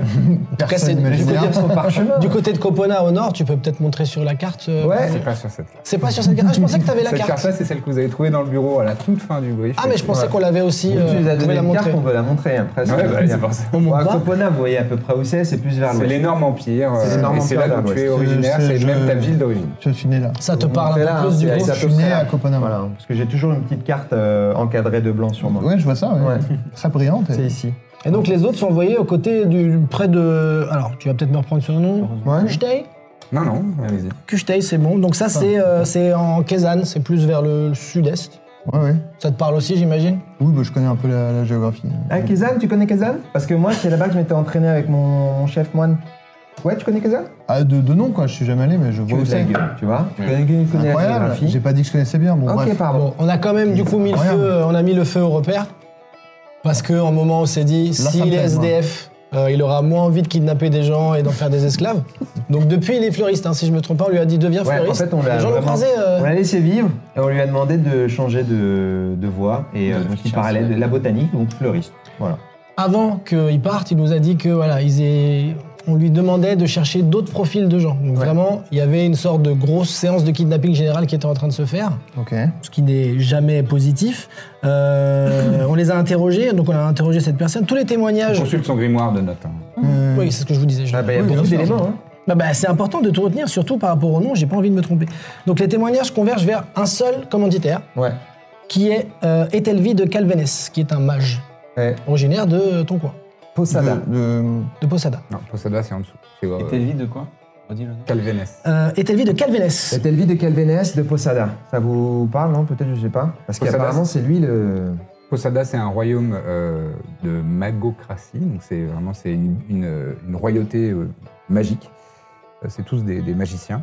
[SPEAKER 4] En tout cas,
[SPEAKER 3] Personne
[SPEAKER 4] c'est du,
[SPEAKER 3] n'imagine
[SPEAKER 4] côté-
[SPEAKER 3] rien.
[SPEAKER 8] Son parchemin.
[SPEAKER 4] du côté de Copona au nord. Tu peux peut-être montrer sur la carte. euh,
[SPEAKER 8] Ouais.
[SPEAKER 2] C'est pas sur cette carte.
[SPEAKER 4] C'est pas sur cette carte. Ah, je pensais que t'avais la
[SPEAKER 2] Cette
[SPEAKER 4] carte.
[SPEAKER 2] carte-là, c'est celle que vous avez trouvée dans le bureau à la toute fin du brief.
[SPEAKER 4] Ah, mais je pensais
[SPEAKER 2] Ouais.
[SPEAKER 4] qu'on l'avait aussi.
[SPEAKER 8] Tu
[SPEAKER 4] euh,
[SPEAKER 8] nous as
[SPEAKER 4] on pouvait
[SPEAKER 8] donné
[SPEAKER 4] la
[SPEAKER 8] une carte,
[SPEAKER 4] montrer.
[SPEAKER 8] on veut la montrer après.
[SPEAKER 2] Ouais, bah, c'est pour ça.
[SPEAKER 4] On monte
[SPEAKER 8] À
[SPEAKER 4] pas.
[SPEAKER 8] Copona, vous voyez à peu près où c'est, c'est plus vers
[SPEAKER 2] C'est
[SPEAKER 8] l'ouest.
[SPEAKER 2] l'énorme empire. euh,
[SPEAKER 8] C'est l'énorme
[SPEAKER 2] et c'est
[SPEAKER 8] empire
[SPEAKER 2] là
[SPEAKER 8] de
[SPEAKER 2] que tu es
[SPEAKER 8] l'Ouest.
[SPEAKER 2] originaire,
[SPEAKER 3] Je-
[SPEAKER 2] c'est
[SPEAKER 3] je-
[SPEAKER 2] même ta
[SPEAKER 3] je-
[SPEAKER 2] ville d'origine.
[SPEAKER 3] Je suis né là.
[SPEAKER 4] Ça te
[SPEAKER 8] On
[SPEAKER 4] parle
[SPEAKER 8] fait
[SPEAKER 4] un
[SPEAKER 8] là,
[SPEAKER 4] peu
[SPEAKER 8] hein,
[SPEAKER 4] plus du
[SPEAKER 8] c'est-
[SPEAKER 4] coup.
[SPEAKER 8] c'est
[SPEAKER 3] Je
[SPEAKER 8] à
[SPEAKER 3] suis
[SPEAKER 8] peu
[SPEAKER 3] né
[SPEAKER 8] près
[SPEAKER 3] à
[SPEAKER 8] là.
[SPEAKER 3] Copenhague.
[SPEAKER 8] Voilà, parce que j'ai toujours une petite carte euh, encadrée de blanc sur moi.
[SPEAKER 3] Ouais, je vois ça. ouais.
[SPEAKER 8] Ouais.
[SPEAKER 3] Très brillante.
[SPEAKER 8] C'est ici.
[SPEAKER 4] Et donc les autres sont envoyés aux côtés du près de. Alors tu vas peut-être me reprendre sur le nom.
[SPEAKER 3] Ouais.
[SPEAKER 4] Kuchtei
[SPEAKER 2] Non, non, allez-y.
[SPEAKER 4] Kuchtei, c'est bon. Donc ça c'est euh, c'est en Kezan, c'est plus vers le sud-est.
[SPEAKER 3] Ouais, ouais.
[SPEAKER 4] Ça te parle aussi j'imagine
[SPEAKER 3] Oui, bah, je connais un peu la, la géographie.
[SPEAKER 8] Ah, Kezan, tu connais Kezan Parce que moi, c'est là-bas que je m'étais entraîné avec mon chef moine. Ouais, tu connais Kezan
[SPEAKER 3] Ah, de, de nom, quoi. Je suis jamais allé, mais je vois où
[SPEAKER 8] Tu
[SPEAKER 3] c'est.
[SPEAKER 8] gueule, tu vois Tu connais, tu connais la
[SPEAKER 3] Incroyable. J'ai
[SPEAKER 8] géographie
[SPEAKER 3] pas dit que je connaissais bien. Bon,
[SPEAKER 8] Ok,
[SPEAKER 3] bref.
[SPEAKER 8] pardon.
[SPEAKER 4] Bon, on a quand même du coup mis le
[SPEAKER 3] Rien.
[SPEAKER 4] feu, euh, on a mis le feu au repère. Parce qu'en moment on s'est dit,
[SPEAKER 3] ça
[SPEAKER 4] s'il
[SPEAKER 3] me
[SPEAKER 4] est
[SPEAKER 3] plaît, moi.
[SPEAKER 4] SDF,
[SPEAKER 8] hein.
[SPEAKER 4] euh, il aura moins envie de kidnapper des gens et d'en faire des esclaves. Donc depuis il est fleuriste, hein, si je me trompe pas, on lui a dit deviens
[SPEAKER 8] Ouais, en
[SPEAKER 4] fleuriste.
[SPEAKER 8] fait, on l'a
[SPEAKER 4] les gens l'ont
[SPEAKER 8] vraiment-
[SPEAKER 4] croisé. euh,
[SPEAKER 8] On l'a laissé vivre et on lui a demandé de changer de, de voie et euh, donc il parlait de la botanique, donc fleuriste. Voilà.
[SPEAKER 4] avant qu'il parte, il nous a dit que voilà, ils aient- on lui demandait de chercher d'autres profils de gens. Donc vraiment, il y avait une sorte de grosse séance de kidnapping général qui était en train de se faire,
[SPEAKER 3] Ok.
[SPEAKER 4] ce qui n'est jamais positif. Euh, on les a interrogés, donc on a interrogé cette personne. Tous les témoignages. Mmh.
[SPEAKER 2] Consulte son grimoire de notes. hein.
[SPEAKER 3] Euh,
[SPEAKER 4] Oui, c'est ce que je vous disais. je-
[SPEAKER 8] Ah, bah, il y a
[SPEAKER 4] Oui,
[SPEAKER 8] beaucoup
[SPEAKER 4] bien sûr.
[SPEAKER 8] d'éléments. Hein.
[SPEAKER 4] Bah, bah, c'est important de tout retenir, surtout par rapport au nom, j'ai pas envie de me tromper. Donc les témoignages convergent vers un seul commanditaire,
[SPEAKER 8] Ouais.
[SPEAKER 4] qui est euh, Etelvi de Calvenes, qui est un mage,
[SPEAKER 8] Ouais.
[SPEAKER 4] originaire de euh, ton coin,
[SPEAKER 8] Posada.
[SPEAKER 3] de- de-
[SPEAKER 4] de Posada.
[SPEAKER 2] Non, Posada, c'est en dessous. C'est
[SPEAKER 6] Et
[SPEAKER 2] euh,
[SPEAKER 6] t'es vide de quoi Redis le nom.
[SPEAKER 2] Calvenes.
[SPEAKER 4] Euh, Etelvi de Calvenes.
[SPEAKER 8] C'était le vide de Calvénès de Posada. Ça vous parle, non Peut-être, je sais pas. Parce
[SPEAKER 2] Posada,
[SPEAKER 8] qu'apparemment, c'est lui le.
[SPEAKER 2] Posada, c'est un royaume euh, de magocratie, donc c'est vraiment c'est une, une- une royauté euh, magique. Euh, C'est tous des, des magiciens.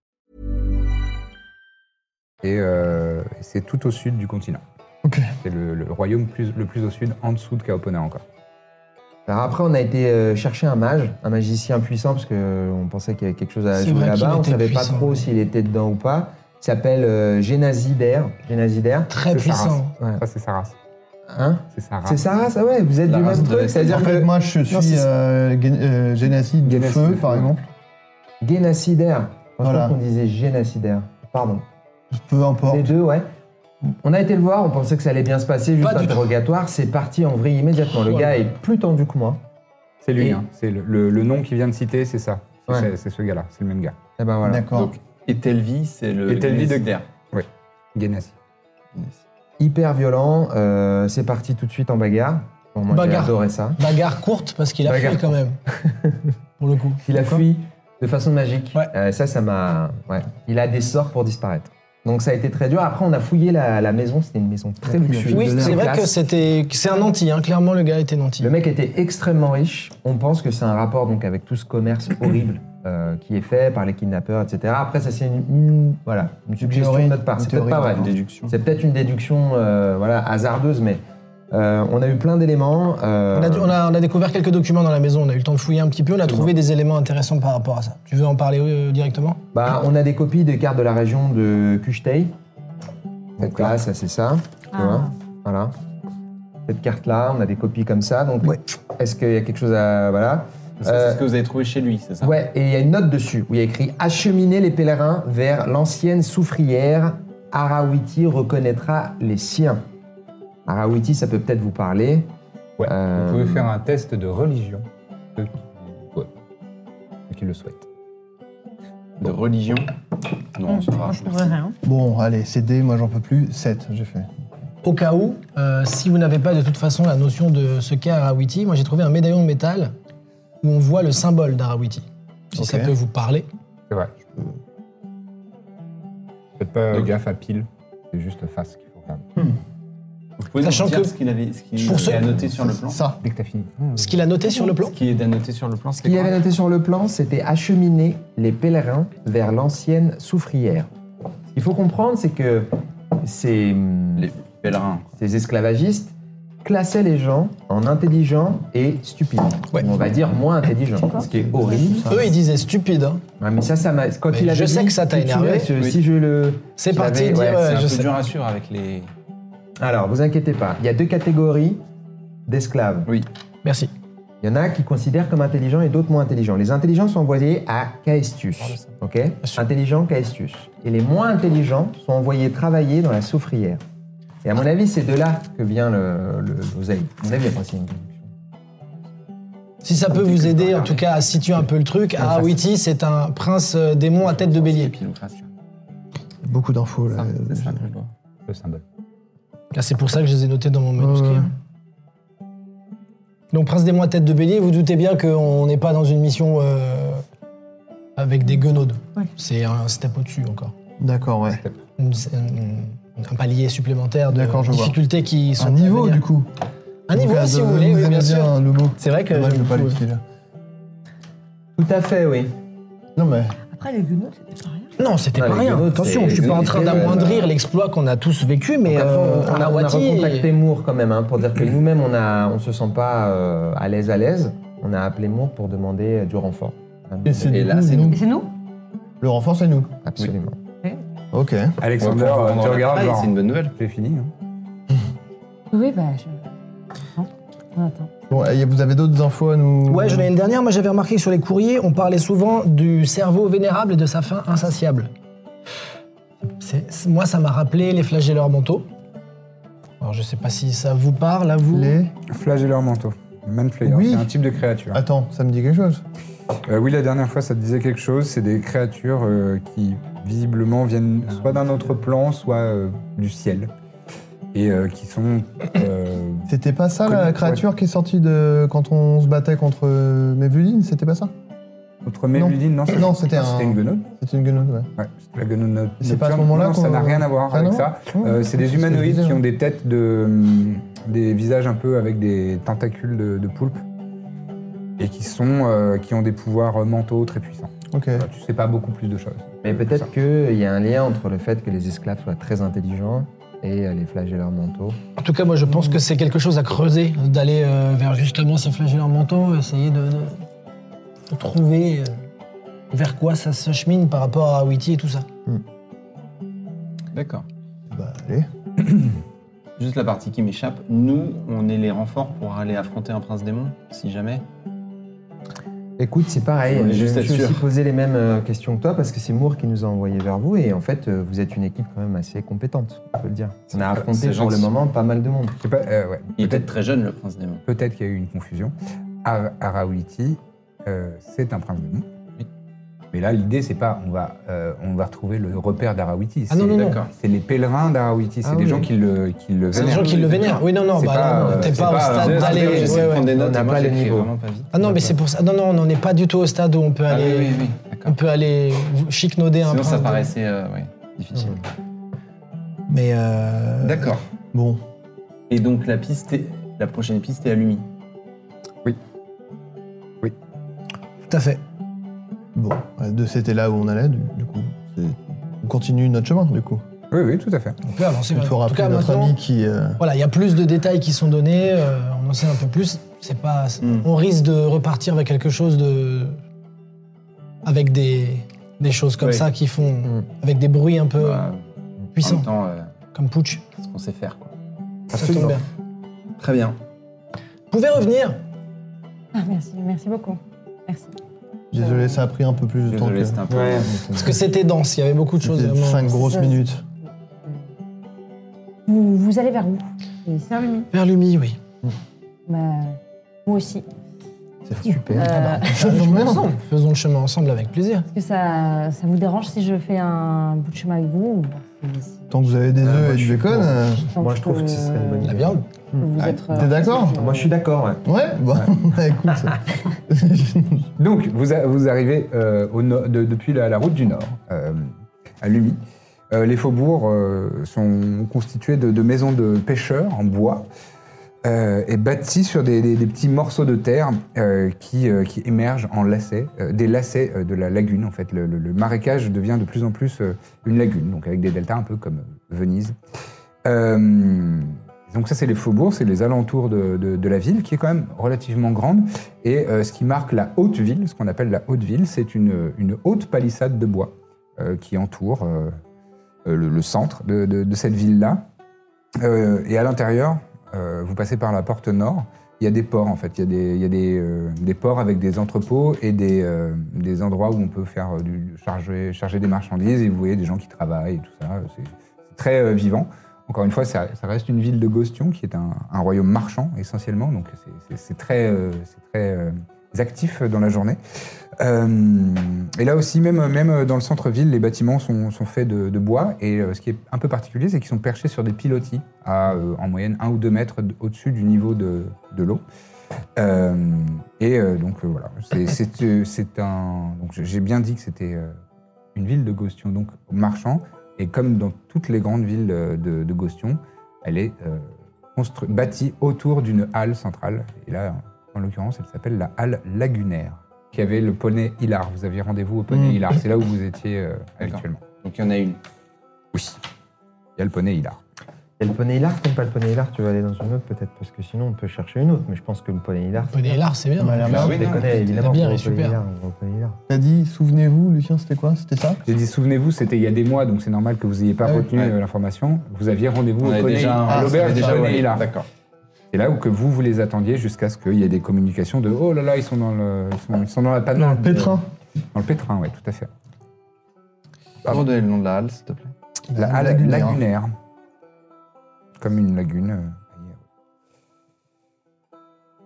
[SPEAKER 2] Et euh, et c'est tout au sud du continent. C'est le, le royaume plus- le plus au sud, en dessous de Kaopona encore.
[SPEAKER 8] Alors après, on a été euh, chercher un mage, un magicien puissant, parce qu'on pensait qu'il y avait quelque chose à
[SPEAKER 4] C'est
[SPEAKER 8] jouer
[SPEAKER 4] vrai qu'il
[SPEAKER 8] là-bas. On
[SPEAKER 4] était
[SPEAKER 8] savait
[SPEAKER 4] puissant.
[SPEAKER 8] pas trop s'il était dedans ou pas. Il s'appelle euh, Génazidaire. Génazidaire.
[SPEAKER 4] Très
[SPEAKER 8] de sa
[SPEAKER 4] puissant.
[SPEAKER 8] race. Ouais.
[SPEAKER 2] Ça, c'est sa race.
[SPEAKER 8] Hein
[SPEAKER 2] C'est sa race.
[SPEAKER 8] C'est sa race, ah ouais, vous êtes
[SPEAKER 3] La
[SPEAKER 8] du
[SPEAKER 3] race
[SPEAKER 8] même
[SPEAKER 3] de
[SPEAKER 8] truc.
[SPEAKER 3] l'Est.
[SPEAKER 8] C'est-à-dire
[SPEAKER 3] En fait,
[SPEAKER 8] que.
[SPEAKER 3] moi, je suis, euh, gén- euh, génacide du feu, par exemple.
[SPEAKER 8] Génacidaire. Je
[SPEAKER 3] Voilà.
[SPEAKER 8] crois qu'on disait génacidaire. Pardon.
[SPEAKER 3] Peu importe.
[SPEAKER 8] Les deux, ouais. On a été le voir, on pensait que ça allait bien se passer, juste interrogatoire. C'est parti en vrille immédiatement. Le
[SPEAKER 2] Oh là
[SPEAKER 8] gars
[SPEAKER 2] là.
[SPEAKER 8] est plus tendu que moi.
[SPEAKER 2] C'est lui,
[SPEAKER 8] Et-
[SPEAKER 2] hein. c'est le, le- le nom qu'il vient de citer, c'est ça. C'est
[SPEAKER 8] Ouais.
[SPEAKER 2] ce- c'est ce gars-là, c'est le même gars.
[SPEAKER 8] Eh ben voilà.
[SPEAKER 3] D'accord.
[SPEAKER 2] Et Telvi, c'est
[SPEAKER 8] le
[SPEAKER 2] Et Telvi de
[SPEAKER 8] Guénassi.
[SPEAKER 2] Oui, Guénassi.
[SPEAKER 8] Hyper violent, euh, c'est parti tout de suite en bagarre. Bon, moi, j'ai
[SPEAKER 4] Bagarre.
[SPEAKER 8] adoré ça.
[SPEAKER 4] Bagarre courte parce qu'il a
[SPEAKER 8] Bagarre
[SPEAKER 4] fui quand même. Pour le coup.
[SPEAKER 8] Il a fui de façon magique. Euh, ça, ça m'a. Ouais. Il a des sorts pour disparaître. Donc ça a été très dur. Après, on a fouillé la, la maison. C'était une maison très luxueuse.
[SPEAKER 4] Oui,
[SPEAKER 8] très
[SPEAKER 4] c'est vrai
[SPEAKER 8] classe.
[SPEAKER 4] que c'était. C'est un anti, hein. clairement le gars était nanti.
[SPEAKER 8] Le mec était extrêmement riche. On pense que c'est un rapport donc avec tout ce commerce horrible euh, qui est fait par les kidnappeurs, etc. Après, ça c'est une, une- voilà une suggestion
[SPEAKER 3] théorie,
[SPEAKER 8] de notre part.
[SPEAKER 3] une
[SPEAKER 8] C'est peut-être
[SPEAKER 3] théorie,
[SPEAKER 8] pas vrai.
[SPEAKER 3] une
[SPEAKER 8] C'est peut-être une déduction euh, voilà hasardeuse, mais euh, on a eu plein d'éléments. euh,
[SPEAKER 4] On a, dû- on a- on a découvert quelques documents dans la maison, on a eu le temps de fouiller un petit peu, on a trouvé des éléments intéressants par rapport à ça. Tu veux en parler euh, directement
[SPEAKER 8] bah, on a des copies des cartes de la région de Kuchtei. Donc là, ça c'est ça. tu
[SPEAKER 4] Ah.
[SPEAKER 8] vois. Voilà. Cette carte là, on a des copies comme ça. Donc est-ce qu'il y a quelque chose à voilà.
[SPEAKER 6] Ça,
[SPEAKER 8] Euh,
[SPEAKER 6] c'est ce que vous avez trouvé chez lui, c'est ça
[SPEAKER 8] Ouais, et il y a une note dessus où il y a écrit Acheminer les pèlerins vers l'ancienne soufrière. Arawiti reconnaîtra les siens. Arawiti, ça peut peut-être vous parler.
[SPEAKER 2] Ouais,
[SPEAKER 8] Euh,
[SPEAKER 2] Vous pouvez faire un test de religion, ceux qui, ouais, ceux qui le souhaitent.
[SPEAKER 6] De religion Non, ça va.
[SPEAKER 5] rien.
[SPEAKER 3] Bon, allez, c'est D, moi j'en peux plus. 7, j'ai fait.
[SPEAKER 4] Au cas où, euh, si vous n'avez pas de toute façon la notion de ce qu'est Arawiti, moi j'ai trouvé un médaillon de métal où on voit le symbole d'Arawiti. Si
[SPEAKER 2] Ok.
[SPEAKER 4] ça peut vous parler.
[SPEAKER 2] C'est vrai. je peux- Faites pas gaffe à pile, c'est juste face qu'il faut regarder.
[SPEAKER 6] Hmm. Vous pouvez
[SPEAKER 4] Sachant
[SPEAKER 6] nous dire
[SPEAKER 4] que-
[SPEAKER 6] ce qu'il avait, ce qu'il
[SPEAKER 4] Pour ce-
[SPEAKER 6] avait annoté sur le plan
[SPEAKER 4] Ça.
[SPEAKER 2] Dès que t'as fini.
[SPEAKER 4] Ce qu'il a noté sur le plan
[SPEAKER 6] Ce qui est annoté sur le plan,
[SPEAKER 8] Ce qu'il y avait noté sur le plan, c'était acheminer les pèlerins vers l'ancienne soufrière. Ce qu'il faut comprendre, c'est que hum, ces, ces esclavagistes classaient les gens en intelligents et stupides. Ou On va dire moins intelligents, ce qui est horrible.
[SPEAKER 4] Eux ils disaient stupide. hein.
[SPEAKER 8] Ouais, mais ça, ça m'a. Quand
[SPEAKER 4] Mais
[SPEAKER 8] il avait
[SPEAKER 4] je sais
[SPEAKER 8] dit
[SPEAKER 4] que ça t'a
[SPEAKER 8] tout de suite,
[SPEAKER 4] énervé.
[SPEAKER 8] ce-
[SPEAKER 4] Oui.
[SPEAKER 8] Si je le.
[SPEAKER 4] C'est
[SPEAKER 8] je
[SPEAKER 4] parti,
[SPEAKER 8] l'avais-
[SPEAKER 4] dis, ouais,
[SPEAKER 8] c'est un
[SPEAKER 4] je
[SPEAKER 8] peu
[SPEAKER 4] sais.
[SPEAKER 8] dur.
[SPEAKER 6] dur à suivre avec les.
[SPEAKER 8] Alors, vous inquiétez pas. Il y a deux catégories d'esclaves.
[SPEAKER 6] Oui.
[SPEAKER 4] Merci.
[SPEAKER 8] Il y en a qui considèrent comme intelligents et d'autres moins intelligents. Les intelligents sont envoyés à
[SPEAKER 4] Ah,
[SPEAKER 8] Caestus. Ok Intelligents, Caestus. Et les moins intelligents sont envoyés travailler dans la soufrière. Et à mon
[SPEAKER 4] Ah.
[SPEAKER 8] avis, c'est de là que vient le, le, l'oseille. À mon avis, après, c'est une-
[SPEAKER 4] Si ça peut vous aider en tout cas à situer un peu le truc, Arawiti c'est un prince euh, démon à tête de bélier.
[SPEAKER 3] Beaucoup d'infos là.
[SPEAKER 2] Le symbole.
[SPEAKER 4] Là, c'est pour ça que je les ai notés dans mon manuscrit. hein. Donc, Prince des Mois, tête de bélier, vous doutez bien qu'on n'est pas dans une mission euh, avec des guenaudes. C'est un step au-dessus encore.
[SPEAKER 3] D'accord, ouais.
[SPEAKER 4] Une- un, un palier supplémentaire de
[SPEAKER 3] D'accord, je vois.
[SPEAKER 4] difficultés qui sont.
[SPEAKER 3] Un niveau du coup.
[SPEAKER 4] Un niveau,
[SPEAKER 3] Donc,
[SPEAKER 4] si
[SPEAKER 3] euh,
[SPEAKER 4] vous voulez, oui,
[SPEAKER 3] aimez
[SPEAKER 4] bien sûr.
[SPEAKER 3] le mot.
[SPEAKER 4] C'est
[SPEAKER 8] Euh,
[SPEAKER 4] vrai que.
[SPEAKER 3] Dommage de
[SPEAKER 4] j'aime
[SPEAKER 3] pas
[SPEAKER 4] beaucoup,
[SPEAKER 3] l'utiliser.
[SPEAKER 8] Tout à fait, oui.
[SPEAKER 3] Non, mais.
[SPEAKER 5] Après, les guenaudes, c'était pas rien.
[SPEAKER 4] Non, c'était
[SPEAKER 8] Ah,
[SPEAKER 4] pas
[SPEAKER 8] les
[SPEAKER 4] rien.
[SPEAKER 8] guenaudes,
[SPEAKER 4] Attention,
[SPEAKER 8] c'est-
[SPEAKER 4] je suis pas en train
[SPEAKER 8] c'est-
[SPEAKER 4] d'amoindrir l'exploit qu'on a tous vécu, mais
[SPEAKER 8] Après,
[SPEAKER 4] euh,
[SPEAKER 8] on, on a, on a
[SPEAKER 4] Arawati est-
[SPEAKER 8] recontacté Moore quand même hein, pour dire que nous-mêmes, on a, on se sent pas euh, à l'aise à l'aise. On a appelé Moore pour demander euh, du renfort.
[SPEAKER 3] Et c'est du
[SPEAKER 8] Et là,
[SPEAKER 3] coup,
[SPEAKER 8] c'est
[SPEAKER 3] nous.
[SPEAKER 8] nous.
[SPEAKER 5] Et c'est nous
[SPEAKER 3] Le renfort, c'est nous.
[SPEAKER 8] Absolument.
[SPEAKER 3] Ok.
[SPEAKER 2] Alexander, euh,
[SPEAKER 6] Ouais, pour-
[SPEAKER 2] tu
[SPEAKER 6] pour-
[SPEAKER 2] regardes,
[SPEAKER 6] Ah,
[SPEAKER 2] genre,
[SPEAKER 6] c'est une bonne nouvelle.
[SPEAKER 2] J'ai fini. hein.
[SPEAKER 1] Oui, bah, je. Attends. On attend.
[SPEAKER 3] Bon, et vous avez d'autres infos à nous.
[SPEAKER 4] Ouais, j'en ai une dernière. Moi, j'avais remarqué que sur les courriers, on parlait souvent du cerveau vénérable et de sa faim insatiable. C'est- c'est- moi, ça m'a rappelé les flagelleurs manteaux. Alors, je sais pas si ça vous parle, à vous.
[SPEAKER 3] Les.
[SPEAKER 2] Flageller leur manteau. Manflayer,
[SPEAKER 3] Oui.
[SPEAKER 2] c'est un type de créature.
[SPEAKER 3] Attends, ça me dit quelque chose.
[SPEAKER 2] Euh, oui, la dernière fois, ça te disait quelque chose. C'est des créatures euh, qui, visiblement, viennent soit d'un autre plan, soit euh, du ciel. Et euh, qui sont. euh,
[SPEAKER 3] C'était pas ça la
[SPEAKER 2] Connu-
[SPEAKER 3] créature qui est sortie de quand on se battait contre euh, Mévuline C'était pas ça
[SPEAKER 2] contre Méludine, non, c'est-
[SPEAKER 3] Non, c'était un-
[SPEAKER 2] C'était une guenaude.
[SPEAKER 3] C'était une guenaude, ouais.
[SPEAKER 2] Ouais, c'est la guenoude nocturne.
[SPEAKER 3] C'est pas à ce moment-là
[SPEAKER 2] Non,
[SPEAKER 3] qu'on-
[SPEAKER 2] ça n'a rien à voir
[SPEAKER 3] Ah
[SPEAKER 2] avec
[SPEAKER 3] non
[SPEAKER 2] ça.
[SPEAKER 3] Mmh.
[SPEAKER 2] Euh, c'est des
[SPEAKER 3] C'est ce que je
[SPEAKER 2] humanoïdes
[SPEAKER 3] disais,
[SPEAKER 2] qui
[SPEAKER 3] ouais.
[SPEAKER 2] ont des têtes de. hum, des visages un peu avec des tentacules de, de poulpe. Et qui sont. euh, qui ont des pouvoirs mentaux très puissants.
[SPEAKER 3] hein. Ok.
[SPEAKER 2] Tu sais pas beaucoup plus de choses.
[SPEAKER 8] Mais peut-être qu'il y a un lien entre le fait que les esclaves soient très intelligents et euh, les flagelleurs mentaux.
[SPEAKER 4] En tout cas, moi, je pense que c'est quelque chose à creuser, d'aller euh, vers justement ces flagellants mentaux, essayer de, de- de trouver euh, vers quoi ça se chemine par rapport à Witty et tout ça.
[SPEAKER 6] D'accord.
[SPEAKER 3] Bah allez.
[SPEAKER 6] Juste la partie qui m'échappe. Nous, on est les renforts pour aller affronter un prince démon, si jamais.
[SPEAKER 8] Écoute, c'est pareil.
[SPEAKER 6] On est
[SPEAKER 8] Je
[SPEAKER 6] juste
[SPEAKER 8] me
[SPEAKER 6] à
[SPEAKER 8] suis
[SPEAKER 6] sûr.
[SPEAKER 8] aussi posé les mêmes euh, questions que toi parce que c'est Moore qui nous a envoyés vers vous et en fait, euh, vous êtes une équipe quand même assez compétente, on peut le dire. On a affronté
[SPEAKER 2] c'est
[SPEAKER 8] pour le
[SPEAKER 2] gentil.
[SPEAKER 8] moment pas mal de monde.
[SPEAKER 2] euh,
[SPEAKER 6] Il était très jeune, le prince démon.
[SPEAKER 2] Peut-être qu'il y a eu une confusion. Ar- Arawiti, euh, c'est un prince de nom. Mais là, l'idée, c'est pas on va, euh, on va retrouver le repère d'Arawiti.
[SPEAKER 4] Ah non,
[SPEAKER 2] C'est-
[SPEAKER 4] non, non.
[SPEAKER 2] d'accord. C'est les pèlerins d'Arawiti. C'est
[SPEAKER 4] Ah
[SPEAKER 2] des
[SPEAKER 4] oui.
[SPEAKER 2] gens qui le, qui le vénèrent.
[SPEAKER 4] C'est des gens qui le vénèrent. Oui, non, non,
[SPEAKER 2] C'est
[SPEAKER 4] bah non,
[SPEAKER 2] euh,
[SPEAKER 4] non, t'es
[SPEAKER 2] c'est
[SPEAKER 6] Ah,
[SPEAKER 4] pas au stade
[SPEAKER 2] euh,
[SPEAKER 4] d'aller-
[SPEAKER 2] c'est-
[SPEAKER 4] ouais, ouais. On n'a
[SPEAKER 6] et moi,
[SPEAKER 4] pas le
[SPEAKER 6] j'écris
[SPEAKER 4] niveau.
[SPEAKER 6] vraiment pas vite.
[SPEAKER 4] Ah non, mais c'est pour ça. Non, non, on n'est pas du tout au stade où on peut aller, on peut aller chicnoder un
[SPEAKER 6] Ah Sinon,
[SPEAKER 4] prince.
[SPEAKER 6] ça
[SPEAKER 4] de-
[SPEAKER 6] paraissait euh, ouais, difficile.
[SPEAKER 4] Mais euh,
[SPEAKER 6] D'accord.
[SPEAKER 4] Bon.
[SPEAKER 6] Et donc, la piste est- la prochaine piste est à Lumi.
[SPEAKER 4] Tout à fait.
[SPEAKER 3] Bon, ouais, de c'était là où on allait, du, du coup. c'est- On continue notre chemin, du coup.
[SPEAKER 2] Oui, oui, tout à fait.
[SPEAKER 4] On peut avancer
[SPEAKER 3] Il
[SPEAKER 4] vers-
[SPEAKER 3] faut
[SPEAKER 4] en tout
[SPEAKER 3] rappeler
[SPEAKER 4] cas,
[SPEAKER 3] notre
[SPEAKER 4] maintenant-
[SPEAKER 3] ami qui. euh,
[SPEAKER 4] Voilà, il y a plus de détails qui sont donnés, euh, on en sait un peu plus. C'est pas, c'est- On risque de repartir vers quelque chose de. avec des, des choses comme
[SPEAKER 6] Oui.
[SPEAKER 4] ça qui font.
[SPEAKER 8] Mmh.
[SPEAKER 4] avec des bruits un peu
[SPEAKER 6] Bah, En
[SPEAKER 4] puissants,
[SPEAKER 6] même temps, euh,
[SPEAKER 4] comme Pooch.
[SPEAKER 6] ce qu'on sait faire. Quoi.
[SPEAKER 4] Ça tombe bien.
[SPEAKER 6] Très bien.
[SPEAKER 4] Vous pouvez revenir
[SPEAKER 1] Ah, merci, merci beaucoup. Merci.
[SPEAKER 3] Désolé, ça a pris un peu plus de temps
[SPEAKER 6] Désolé,
[SPEAKER 3] que.
[SPEAKER 6] c'était un peu-
[SPEAKER 3] Ouais.
[SPEAKER 4] Parce que c'était dense, il y avait beaucoup de choses.
[SPEAKER 3] C'était
[SPEAKER 4] vraiment.
[SPEAKER 3] cinq grosses minutes.
[SPEAKER 1] Vous, vous allez vers où Et C'est un lumi.
[SPEAKER 4] Vers Lumi, oui.
[SPEAKER 1] Bah, moi aussi.
[SPEAKER 3] C'est
[SPEAKER 1] super.
[SPEAKER 4] Ah bah, faisons, le chemin ensemble. Faisons le chemin ensemble avec plaisir.
[SPEAKER 1] Est-ce que ça, ça vous dérange si je fais un bout de chemin avec vous ou
[SPEAKER 3] Tant que vous avez des œufs et du bacon. euh,
[SPEAKER 8] Moi, je trouve que ce serait une bonne idée.
[SPEAKER 1] vous
[SPEAKER 3] Ah,
[SPEAKER 1] êtes. euh,
[SPEAKER 3] T'es d'accord
[SPEAKER 8] euh, Moi, je suis d'accord, ouais.
[SPEAKER 3] Ouais, bon, bah, écoute.
[SPEAKER 2] Donc, vous, a- vous arrivez euh, au no- de- depuis la, la route du Nord, euh, à Lumi. Euh, les faubourgs euh, sont constitués de, de maisons de pêcheurs en bois euh, et bâties sur des, des- des petits morceaux de terre euh, qui, euh, qui émergent en lacets, euh, des lacets euh, de la lagune en fait. Le, le- le marécage devient de plus en plus euh, une lagune, donc avec des deltas un peu comme Venise. Euh, donc ça, c'est les faubourgs, c'est les alentours de, de- de la ville, qui est quand même relativement grande. Et euh, ce qui marque la haute ville, ce qu'on appelle la haute ville, c'est une, une haute palissade de bois euh, qui entoure euh, euh, le, le centre de, de- de cette ville-là. Euh, et à l'intérieur, euh, vous passez par la porte nord, il y a des ports en fait, il y a des, il y a des, euh, des ports avec des entrepôts et des, euh, des endroits où on peut faire euh, du, charger, charger des marchandises et vous voyez des gens qui travaillent et tout ça, c'est c'est très euh, vivant. Encore une fois, ça, ça reste une ville de Gostion qui est un, un royaume marchand essentiellement, donc c'est- c'est- c'est très, euh, c'est très euh, actif dans la journée. Euh, et là aussi, même, même dans le centre-ville, les bâtiments sont, sont faits de, de bois. Et euh, ce qui est un peu particulier, c'est qu'ils sont perchés sur des pilotis à euh, en moyenne 1 ou 2 mètres d- au-dessus du niveau de, de l'eau. Euh, et euh, donc euh, voilà, C'est- c'est euh, c'est un. Donc j'ai- j'ai bien dit que c'était euh, une ville de Gostion, donc marchand. Et comme dans toutes les grandes villes euh, de, de Gostion, elle est euh, constru- bâtie autour d'une halle centrale. Et là, en l'occurrence, elle s'appelle la halle lagunaire, qui avait le poney Hilar. Vous aviez rendez-vous au poney
[SPEAKER 6] Mm.
[SPEAKER 2] Hilar. C'est là où vous étiez euh, habituellement.
[SPEAKER 6] Donc, il y en a une.
[SPEAKER 2] Oui. Il y a le poney Hilar.
[SPEAKER 8] Il y a le poney Hilar, t'aimes pas le poney Hilar, tu vas aller dans une autre peut-être, parce que sinon on peut chercher une autre, mais je pense que le poney Hilar.
[SPEAKER 4] Le poney Hilar, c'est bien. Bah, la
[SPEAKER 8] Je
[SPEAKER 4] bière,
[SPEAKER 8] les
[SPEAKER 4] oui, non,
[SPEAKER 8] connais,
[SPEAKER 4] la
[SPEAKER 8] évidemment.
[SPEAKER 4] bière
[SPEAKER 8] pour
[SPEAKER 4] est
[SPEAKER 8] le poney
[SPEAKER 4] super.
[SPEAKER 8] Hilar, on va au poney Hilar.
[SPEAKER 3] T'as dit, souvenez-vous, Lucien, c'était quoi C'était ça
[SPEAKER 2] J'ai dit, souvenez-vous, c'était il y a des mois, donc c'est normal que vous n'ayez pas
[SPEAKER 3] Ah oui.
[SPEAKER 2] retenu
[SPEAKER 3] Ouais.
[SPEAKER 2] euh, l'information. Vous aviez rendez-vous
[SPEAKER 6] On
[SPEAKER 2] au
[SPEAKER 6] avait
[SPEAKER 2] poney,
[SPEAKER 6] déjà un-
[SPEAKER 2] à
[SPEAKER 6] Ah,
[SPEAKER 2] l'auberge
[SPEAKER 6] c'était
[SPEAKER 2] du
[SPEAKER 6] déjà
[SPEAKER 2] poney
[SPEAKER 6] au-
[SPEAKER 2] Hilar.
[SPEAKER 6] D'accord.
[SPEAKER 2] C'est là où que vous, vous les attendiez jusqu'à ce qu'il y ait des communications de oh là là, ils sont dans le, ils sont, ils sont dans la panne. Dans le
[SPEAKER 3] pétrin.
[SPEAKER 2] Dans le pétrin, oui, tout à fait.
[SPEAKER 6] Pardon, donner le nom de la halle, s'il te plaît.
[SPEAKER 2] La
[SPEAKER 4] Ah,
[SPEAKER 2] halle
[SPEAKER 6] lagunaire.
[SPEAKER 2] lagunaire. Comme une lagune. euh,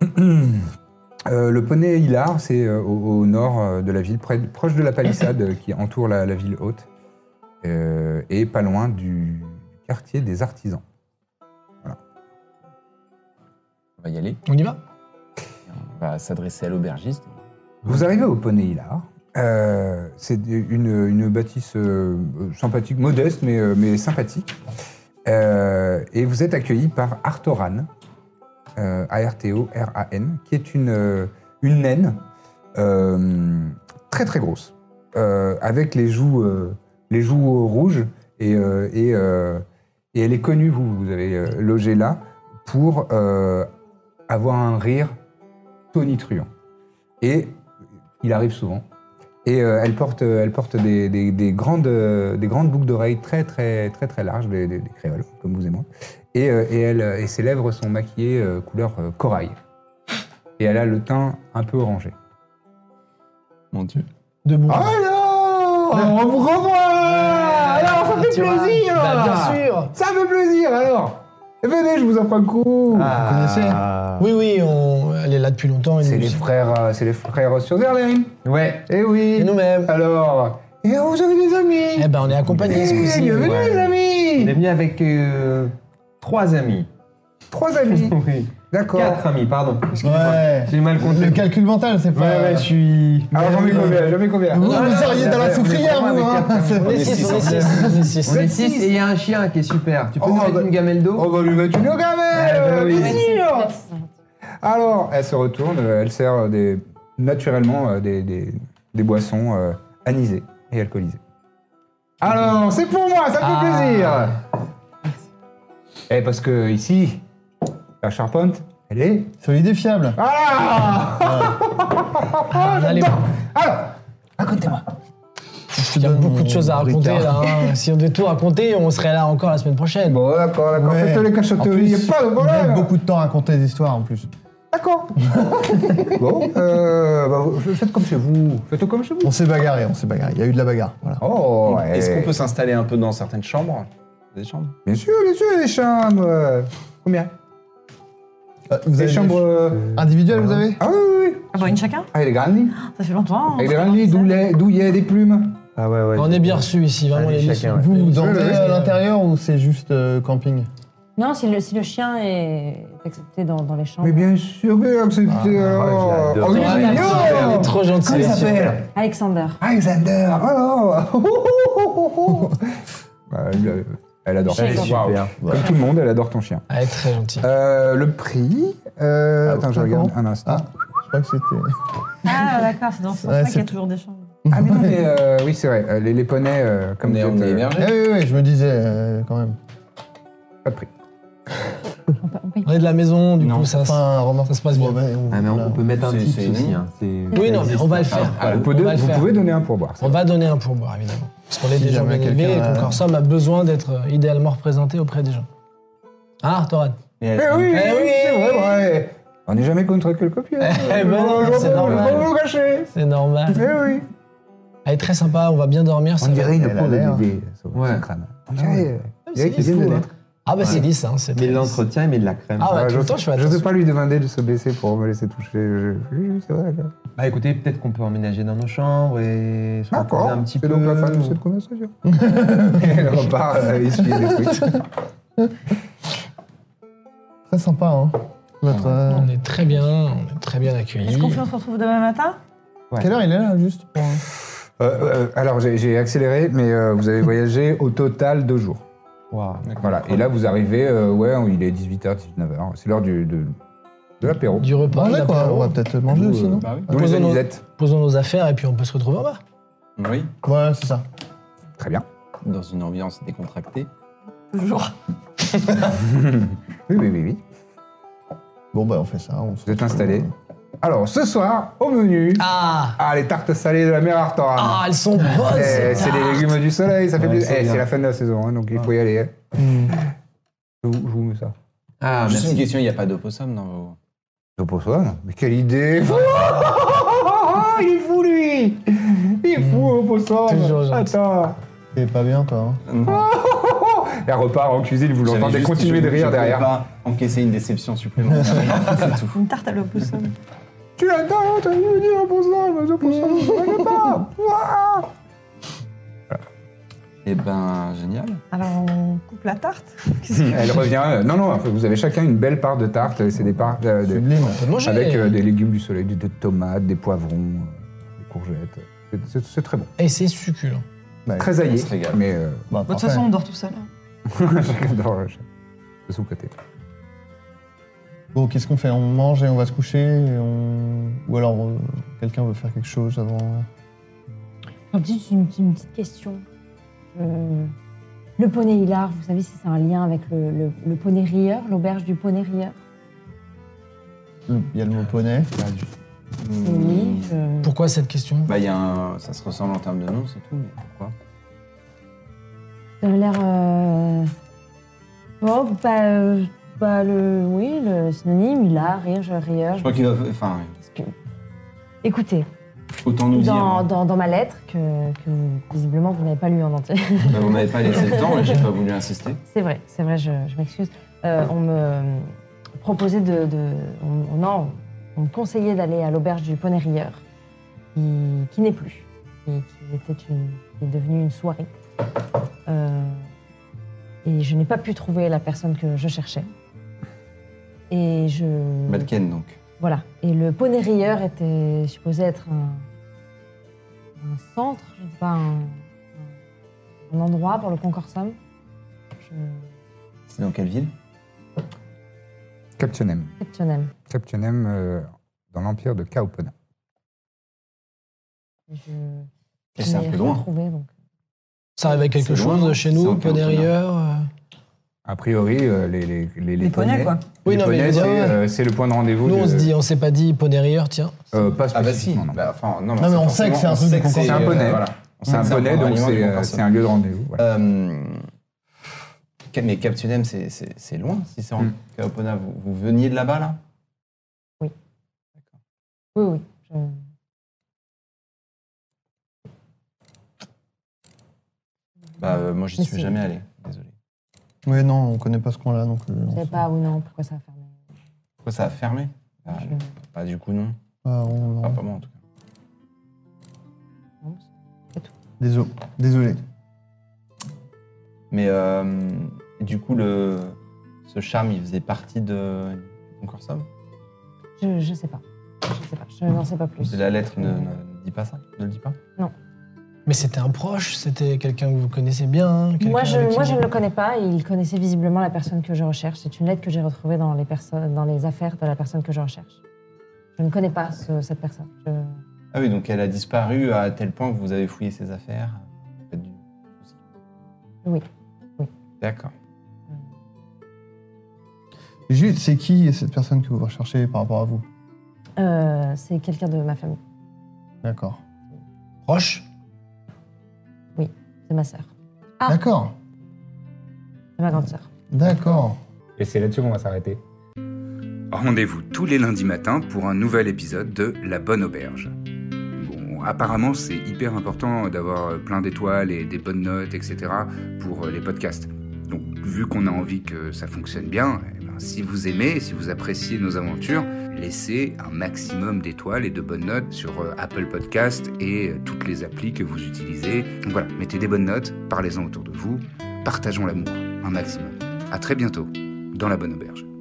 [SPEAKER 2] ailleurs. Euh, le poney Hilar, c'est euh, au, au nord euh, de la ville, près de- proche de la palissade euh, qui entoure la, la ville haute, euh, et pas loin du quartier des artisans.
[SPEAKER 6] On va y aller.
[SPEAKER 4] On y va
[SPEAKER 6] On va s'adresser à l'aubergiste.
[SPEAKER 2] Vous arrivez au Poney Hilar. Euh, c'est une, une bâtisse euh, sympathique, modeste, mais, euh, mais sympathique. Euh, et vous êtes accueilli par Artoran, euh, A-R-T-O-R-A-N, qui est une, euh, une naine euh, très très grosse, euh, avec les joues, euh, les joues rouges, et, euh, et, euh, et elle est connue, vous, vous avez euh, logé là, pour euh, avoir un rire tonitruant. Et il arrive souvent. Et euh, elle porte, elle porte des, des- des grandes, euh, des grandes boucles d'oreilles très, très, très, très larges, des, des- des créoles, comme vous et moi. Et, euh, et elle, euh, et ses lèvres sont maquillées euh, couleur euh, corail. Et elle a le teint un peu orangé.
[SPEAKER 6] Mon Dieu.
[SPEAKER 4] De bon.
[SPEAKER 8] Ah,
[SPEAKER 2] Alors, on vous revoit Alors, ça fait
[SPEAKER 4] tu vois.
[SPEAKER 2] plaisir
[SPEAKER 4] Bah, bien sûr.
[SPEAKER 2] Ça fait plaisir, alors Venez, je vous offre un coup Ah.
[SPEAKER 4] Vous connaissez hein. Oui, oui, on... elle est là depuis longtemps.
[SPEAKER 2] C'est les frères, euh, c'est les frères sur
[SPEAKER 8] Ouais.
[SPEAKER 2] Et oui.
[SPEAKER 4] Et nous-mêmes.
[SPEAKER 2] Alors. Et vous avez des amis
[SPEAKER 4] Eh ben, on est accompagnés ce
[SPEAKER 2] Eh,
[SPEAKER 4] coup-ci.
[SPEAKER 2] bienvenue, les amis
[SPEAKER 8] On est venu avec euh, trois amis.
[SPEAKER 2] Trois amis
[SPEAKER 8] Oui.
[SPEAKER 2] D'accord.
[SPEAKER 8] Quatre amis, pardon.
[SPEAKER 3] Ouais.
[SPEAKER 8] J'ai mal compté.
[SPEAKER 3] Le calcul mental, c'est pas.
[SPEAKER 8] Ouais, ouais, je suis.
[SPEAKER 2] Alors, Ah, j'en mets combien J'en mets combien
[SPEAKER 3] Vous, vous seriez dans la soufrière, vous, hein
[SPEAKER 8] On est six, on est six.
[SPEAKER 4] On est six.
[SPEAKER 8] On est six et il y a un chien qui est super. Tu peux nous mettre une gamelle d'eau
[SPEAKER 2] On va lui mettre une
[SPEAKER 8] bah
[SPEAKER 2] gamelle
[SPEAKER 8] oui.
[SPEAKER 2] bien sûr. Alors, elle se retourne, euh, elle sert des, naturellement euh, des, des- des boissons euh, anisées et alcoolisées. Alors, c'est pour moi, ça fait plaisir
[SPEAKER 3] Ah.
[SPEAKER 2] Eh, parce que ici, la charpente, elle est...
[SPEAKER 3] Solide et fiable.
[SPEAKER 2] Voilà
[SPEAKER 4] Allez,
[SPEAKER 2] Alors, racontez-moi.
[SPEAKER 4] Il y a beaucoup de choses à raconter là. hein. Si on devait tout raconter, on serait là encore la semaine prochaine.
[SPEAKER 2] Bon, d'accord, d'accord.
[SPEAKER 3] Ouais.
[SPEAKER 2] Faites les cachoteries,
[SPEAKER 3] En plus,
[SPEAKER 2] y a pas de
[SPEAKER 3] on gagne
[SPEAKER 2] problème
[SPEAKER 3] beaucoup de temps à raconter des histoires en plus.
[SPEAKER 2] D'accord Bon, euh, bah, vous- faites comme chez vous. Faites comme chez vous.
[SPEAKER 3] On s'est bagarré, on s'est bagarré. Il y a eu de la bagarre. Voilà.
[SPEAKER 2] Oh, ouais.
[SPEAKER 6] Est-ce qu'on peut s'installer un peu dans certaines chambres Des chambres
[SPEAKER 2] Bien sûr, bien sûr, les chambres. euh, Combien
[SPEAKER 3] Euh, vous
[SPEAKER 2] Les
[SPEAKER 3] avez des
[SPEAKER 2] chambres. euh,
[SPEAKER 3] individuelles, vous avez
[SPEAKER 2] Ah oui, oui, oui.
[SPEAKER 5] Ah bah, une chacun Ah,
[SPEAKER 2] Avec des grandes lits.
[SPEAKER 5] Ça fait longtemps.
[SPEAKER 2] Avec des grandes lits, d'où les- d'où il y a des plumes.
[SPEAKER 8] Ah ouais, ouais.
[SPEAKER 4] On est bien reçus ici, vraiment
[SPEAKER 8] Allez,
[SPEAKER 4] les
[SPEAKER 8] chacun,
[SPEAKER 4] lieux
[SPEAKER 8] ouais.
[SPEAKER 4] sont-
[SPEAKER 3] Vous, vous
[SPEAKER 2] Oui,
[SPEAKER 3] dormez
[SPEAKER 2] oui, oui.
[SPEAKER 3] à l'intérieur ou c'est juste euh, camping
[SPEAKER 1] Non, si le, si le chien est accepté dans, dans les chambres.
[SPEAKER 2] Mais bien sûr, mais acceptez.
[SPEAKER 8] Ah,
[SPEAKER 2] alors.
[SPEAKER 8] je l'adore.
[SPEAKER 2] oh, il
[SPEAKER 4] Ouais,
[SPEAKER 2] est mignon
[SPEAKER 4] super, il est trop gentil.
[SPEAKER 2] Comment il
[SPEAKER 4] Bien sûr.
[SPEAKER 2] s'appelle
[SPEAKER 1] Alexander.
[SPEAKER 2] Alexander. Oh, oh, oh, oh, oh. Bah, elle- Elle adore.
[SPEAKER 1] Elle est
[SPEAKER 2] Waouh.
[SPEAKER 8] super.
[SPEAKER 2] Comme tout le monde, elle adore ton chien.
[SPEAKER 4] Ah, Elle est très gentille.
[SPEAKER 2] Euh, le prix. euh, attends, je regarde un instant.
[SPEAKER 3] Ah, je crois que c'était.
[SPEAKER 5] Ah, d'accord, c'est dans ce
[SPEAKER 3] Ouais,
[SPEAKER 5] sens-là qu'il y
[SPEAKER 3] c'est-
[SPEAKER 5] a toujours des chambres.
[SPEAKER 2] Ah, mais non, mais euh, oui, c'est vrai. euh, Les, les poneys, euh, comme
[SPEAKER 6] On est,
[SPEAKER 2] vous
[SPEAKER 6] on
[SPEAKER 2] êtes,
[SPEAKER 6] est
[SPEAKER 2] euh,
[SPEAKER 6] hébergé.
[SPEAKER 3] Eh oui, oui, je me disais euh, quand même.
[SPEAKER 2] pas de prix.
[SPEAKER 4] On est de la maison, du
[SPEAKER 8] Non.
[SPEAKER 4] coup ça, se-
[SPEAKER 3] Enfin, Romain,
[SPEAKER 4] ça se passe bien.
[SPEAKER 8] Ah, mais on, on peut mettre un
[SPEAKER 6] C'est-
[SPEAKER 8] petit
[SPEAKER 6] c'est
[SPEAKER 8] aussi.
[SPEAKER 6] mignon.
[SPEAKER 8] hein. C'est-
[SPEAKER 4] Oui, non,
[SPEAKER 8] ça
[SPEAKER 4] mais
[SPEAKER 8] existe.
[SPEAKER 4] on va le faire.
[SPEAKER 2] Ah, vous
[SPEAKER 4] On
[SPEAKER 2] pouvez,
[SPEAKER 4] va le
[SPEAKER 2] vous
[SPEAKER 4] faire.
[SPEAKER 2] pouvez donner un pourboire.
[SPEAKER 4] On va donner un pourboire, évidemment. Parce qu'on est
[SPEAKER 3] Si
[SPEAKER 4] des gens
[SPEAKER 3] jamais
[SPEAKER 4] bien
[SPEAKER 3] quelqu'un
[SPEAKER 4] élevés et
[SPEAKER 3] a-
[SPEAKER 4] que Concorsum a besoin d'être euh, idéalement représenté auprès des gens. Ah, Thoran
[SPEAKER 6] Et elle-
[SPEAKER 2] Eh oui,
[SPEAKER 4] Eh oui.
[SPEAKER 2] c'est vrai, vrai. On n'est jamais contre quelques pieds.
[SPEAKER 4] Eh ben non,
[SPEAKER 2] Je vais pas-
[SPEAKER 4] c'est
[SPEAKER 2] je vais
[SPEAKER 4] normal.
[SPEAKER 2] pas vous le cacher.
[SPEAKER 4] C'est normal.
[SPEAKER 2] Eh oui.
[SPEAKER 4] Elle est très sympa, on va bien dormir. ça
[SPEAKER 2] On
[SPEAKER 4] va.
[SPEAKER 2] dirait
[SPEAKER 3] Elle
[SPEAKER 2] une
[SPEAKER 3] a
[SPEAKER 2] peau de
[SPEAKER 3] l'air.
[SPEAKER 2] bébé. ça,
[SPEAKER 8] Ouais.
[SPEAKER 2] son crâne. On dirait euh,
[SPEAKER 4] Ah,
[SPEAKER 2] il y
[SPEAKER 4] c'est
[SPEAKER 2] a qui vient
[SPEAKER 4] fou,
[SPEAKER 2] de
[SPEAKER 4] hein.
[SPEAKER 2] naître.
[SPEAKER 4] Ah, bah c'est lisse, hein. c'est
[SPEAKER 8] Mais de
[SPEAKER 4] très lisse.
[SPEAKER 8] l'entretien et mais de la crème.
[SPEAKER 4] Ah, bah
[SPEAKER 2] Ah,
[SPEAKER 4] tout le
[SPEAKER 2] j'ose-
[SPEAKER 4] temps, je fais
[SPEAKER 2] J'ose
[SPEAKER 4] attention.
[SPEAKER 2] pas lui demander de se baisser pour me laisser toucher. Je- Oui, oui, c'est vrai. là.
[SPEAKER 8] Bah écoutez, peut-être qu'on peut emménager dans nos chambres et se reposer
[SPEAKER 2] D'accord.
[SPEAKER 8] un petit
[SPEAKER 2] C'est
[SPEAKER 8] peu.
[SPEAKER 2] donc la fin de
[SPEAKER 8] ou-
[SPEAKER 2] cette conversation. Elle repart euh, essuyer des trucs.
[SPEAKER 3] Très sympa, hein. Votre, euh,
[SPEAKER 8] Ah,
[SPEAKER 4] On est très bien, on est très bien
[SPEAKER 5] Est-ce
[SPEAKER 4] accueillis.
[SPEAKER 5] qu'on fait, on se retrouve demain matin
[SPEAKER 3] euh, Quelle heure il est là, juste pour...
[SPEAKER 2] Euh, euh, alors, j'ai- j'ai accéléré, mais euh, vous avez voyagé au total deux jours.
[SPEAKER 8] Waouh.
[SPEAKER 2] Voilà. Et là, vous arrivez, euh, ouais, il est 18h, 19h. hein. C'est l'heure du, de, de l'apéro.
[SPEAKER 4] Du repas,
[SPEAKER 3] Manger, quoi.
[SPEAKER 4] l'apéro.
[SPEAKER 3] On va peut-être manger
[SPEAKER 8] euh,
[SPEAKER 3] aussi, non
[SPEAKER 6] Bah oui.
[SPEAKER 2] D'où les
[SPEAKER 4] Posons nos-
[SPEAKER 2] amusettes.
[SPEAKER 4] Posons nos affaires et puis on peut se retrouver en bas.
[SPEAKER 6] Oui,
[SPEAKER 3] Ouais, c'est ça.
[SPEAKER 2] Très bien.
[SPEAKER 6] dans une ambiance décontractée.
[SPEAKER 5] Toujours.
[SPEAKER 2] Oui, oui, oui, oui.
[SPEAKER 3] Bon, bah, on fait ça. On se
[SPEAKER 2] Vous êtes installés. Alors, ce soir, au menu, ah,
[SPEAKER 4] Ah
[SPEAKER 2] les tartes salées de la mer Artoran.
[SPEAKER 4] Ah, elles sont bonnes
[SPEAKER 2] Eh,
[SPEAKER 4] ces
[SPEAKER 2] c'est les
[SPEAKER 4] tartes.
[SPEAKER 2] légumes du soleil, ça fait
[SPEAKER 8] Ouais,
[SPEAKER 2] plaisir.
[SPEAKER 8] c'est
[SPEAKER 2] Eh,
[SPEAKER 8] bien.
[SPEAKER 2] c'est la fin de la saison, hein, donc il faut y aller. hein.
[SPEAKER 3] Hmm.
[SPEAKER 2] Je, vous, je vous mets ça.
[SPEAKER 8] Ah,
[SPEAKER 6] Juste une
[SPEAKER 8] merci.
[SPEAKER 6] question, il n'y a pas d'opossum dans vos...
[SPEAKER 2] Je pose ça, non Mais quelle idée Ah, Il est fou, lui Il est fou, pour ça
[SPEAKER 4] Mm. Toujours gentil.
[SPEAKER 2] Attends
[SPEAKER 3] T'es pas bien, toi. hein
[SPEAKER 2] Elle repart en cuisine, vous
[SPEAKER 6] J'avais
[SPEAKER 2] l'entendez
[SPEAKER 6] juste-
[SPEAKER 2] continuer
[SPEAKER 6] je-
[SPEAKER 2] de rire
[SPEAKER 6] je voulais
[SPEAKER 2] derrière.
[SPEAKER 6] pas encaisser une déception supplémentaire, c'est tout.
[SPEAKER 5] Une tarte à l'opossum.
[SPEAKER 2] Tu l'entends, tu lui dis un pourcentage, un pourcentage, je ne pas
[SPEAKER 4] Mm.
[SPEAKER 2] Ouah
[SPEAKER 6] Eh ben, génial.
[SPEAKER 5] Alors, on coupe la tarte Qu'est-ce que-
[SPEAKER 2] Elle revient. euh, non, non, vous avez chacun une belle part de tarte. euh, C'est des parts euh, de-
[SPEAKER 3] Sublime.
[SPEAKER 4] On peut manger.
[SPEAKER 2] avec euh, des légumes du soleil, des, des tomates, des poivrons, euh, des courgettes. C'est- C'est c'est très bon.
[SPEAKER 4] Et Eh, c'est succulent.
[SPEAKER 3] Bah,
[SPEAKER 2] Très aillé.
[SPEAKER 6] on se régale.
[SPEAKER 2] Mais euh,
[SPEAKER 5] Bah, De
[SPEAKER 3] bah,
[SPEAKER 5] toute
[SPEAKER 3] parfait.
[SPEAKER 5] façon, on dort tout seul.
[SPEAKER 2] j'adore le de sous-côté.
[SPEAKER 3] Bon, qu'est-ce qu'on fait On mange et on va se coucher et on... Ou alors, euh, quelqu'un veut faire quelque chose avant
[SPEAKER 5] On
[SPEAKER 1] Juste une, une petite question. Euh, le poney hilar, vous savez si c'est un lien avec le, le- le poney rieur, l'auberge du poney rieur
[SPEAKER 3] euh, Il y a le mot poney.
[SPEAKER 1] Oui, je-
[SPEAKER 4] Pourquoi cette question
[SPEAKER 6] Hmm. Bah, il y a un- ça se ressemble en termes de nom, c'est tout, mais pourquoi
[SPEAKER 1] Vous avez l'air. euh, Bon, bah, euh, bah, le... oui, le synonyme, il a rire, je rieur.
[SPEAKER 6] Je crois qu'il va. Enfin,
[SPEAKER 1] Écoutez,
[SPEAKER 6] autant nous dire.
[SPEAKER 1] dans,
[SPEAKER 6] hein.
[SPEAKER 1] dans, dans ma lettre, que, que vous, visiblement vous n'avez pas lu en entier.
[SPEAKER 6] Bah, vous m'avez pas laissé le temps et j'ai pas voulu insister.
[SPEAKER 1] C'est vrai, c'est vrai, je, je m'excuse. Euh, on me proposait de. de- on, non, on me conseillait d'aller à l'auberge du Poney Rieur, qui, qui n'est plus, qui, qui était une, qui est devenue une soirée. Euh, et je n'ai pas pu trouver la personne que je cherchais. Et je.
[SPEAKER 6] Madken, donc.
[SPEAKER 1] Voilà. Et le Poney Rieur était supposé être un, un centre, je ne sais pas, un- un endroit pour le concorsum. Je-
[SPEAKER 6] C'est dans quelle ville
[SPEAKER 2] Captionem.
[SPEAKER 1] Exceptionnel.
[SPEAKER 2] Captionem euh, dans l'empire de Kaopona.
[SPEAKER 1] Je...
[SPEAKER 2] Et
[SPEAKER 1] je
[SPEAKER 2] c'est un
[SPEAKER 1] n'ai
[SPEAKER 2] peu
[SPEAKER 1] rien
[SPEAKER 2] loin.
[SPEAKER 1] trouvé, donc.
[SPEAKER 4] Ça arrive à quelque
[SPEAKER 2] C'est loin,
[SPEAKER 4] chose de chez nous, peu derrière. euh,
[SPEAKER 2] A priori, euh, les, les, les, les
[SPEAKER 4] poneys, quoi. Oui,
[SPEAKER 2] les
[SPEAKER 4] non,
[SPEAKER 2] poneys,
[SPEAKER 4] mais je veux
[SPEAKER 2] c'est
[SPEAKER 4] dire, ouais.
[SPEAKER 2] euh, c'est le point de rendez-vous.
[SPEAKER 4] Nous, on
[SPEAKER 2] de-
[SPEAKER 4] se dit, on s'est pas dit poney rieur, tiens.
[SPEAKER 2] Euh, pas
[SPEAKER 6] Ah bah
[SPEAKER 2] spécifiquement,
[SPEAKER 6] si.
[SPEAKER 2] non.
[SPEAKER 6] Bah, enfin,
[SPEAKER 2] Non,
[SPEAKER 6] non, c'est
[SPEAKER 2] mais on
[SPEAKER 6] forcément-
[SPEAKER 2] sait que c'est un truc
[SPEAKER 6] sait
[SPEAKER 2] de
[SPEAKER 6] que
[SPEAKER 2] concours. C'est un poney.
[SPEAKER 6] voilà. On
[SPEAKER 2] C'est
[SPEAKER 6] sait
[SPEAKER 2] un
[SPEAKER 6] que
[SPEAKER 2] poney,
[SPEAKER 6] point
[SPEAKER 2] donc
[SPEAKER 6] d'aliment du
[SPEAKER 2] c'est, euh,
[SPEAKER 6] concours.
[SPEAKER 2] c'est un lieu de rendez-vous,
[SPEAKER 6] Euh, Cap- mais Capsunem, c'est- c'est c'est loin, si c'est en Kaopona. Vous, vous veniez de là-bas, là
[SPEAKER 1] Oui, oui. je-
[SPEAKER 6] Bah, euh, moi, j'y
[SPEAKER 1] Mais
[SPEAKER 6] suis
[SPEAKER 1] si.
[SPEAKER 6] jamais allé. Désolé.
[SPEAKER 3] Oui, non, on connaît pas ce coin-là, donc. euh,
[SPEAKER 1] Je ne sais pas ou non pourquoi ça a fermé.
[SPEAKER 6] Pourquoi ça a fermé
[SPEAKER 2] Ah,
[SPEAKER 6] bah, bah, du coup, non.
[SPEAKER 3] ah, on-
[SPEAKER 6] Enfin, pas moi, en tout cas.
[SPEAKER 3] Désolé. Désolé.
[SPEAKER 6] Mais euh, du coup, le, ce charme, il faisait partie de encore ça
[SPEAKER 1] Je je sais pas. Je sais pas. Je n'en sais pas plus.
[SPEAKER 6] La lettre ne, ne dit pas ça Ne le dit pas
[SPEAKER 4] Mais c'était un proche, c'était quelqu'un que vous connaissez bien. quelqu'un
[SPEAKER 1] Moi je,
[SPEAKER 4] avec qui
[SPEAKER 1] moi,
[SPEAKER 4] vous-
[SPEAKER 1] je ne le connais pas. Il connaissait visiblement la personne que je recherche. C'est une lettre que j'ai retrouvée dans les, personnes, dans les affaires de la personne que je recherche. Je ne connais pas ce- cette personne. Je-
[SPEAKER 6] Ah oui, donc elle a disparu à tel point que vous avez fouillé ses affaires. Faites du-
[SPEAKER 1] Oui.
[SPEAKER 6] D'accord.
[SPEAKER 3] Juste, c'est qui cette personne que vous recherchez par rapport à vous
[SPEAKER 1] Euh, c'est quelqu'un de ma famille.
[SPEAKER 3] D'accord.
[SPEAKER 4] Proche
[SPEAKER 1] Oui, c'est ma sœur.
[SPEAKER 3] D'accord.
[SPEAKER 1] C'est ma grande sœur.
[SPEAKER 3] D'accord.
[SPEAKER 2] Et c'est là-dessus qu'on va s'arrêter. Rendez-vous tous les lundis matins pour un nouvel épisode de La Bonne Auberge. Bon, apparemment, c'est hyper important d'avoir euh, plein d'étoiles et des bonnes notes, etc. pour euh, les podcasts. Donc, vu qu'on a envie que ça fonctionne bien, eh ben, si vous aimez, si vous appréciez nos aventures, laissez un maximum d'étoiles et de bonnes notes sur euh, Apple Podcast et euh, toutes les applis que vous utilisez. Donc voilà, mettez des bonnes notes, parlez-en autour de vous, partageons l'amour un maximum. À très bientôt dans la bonne auberge.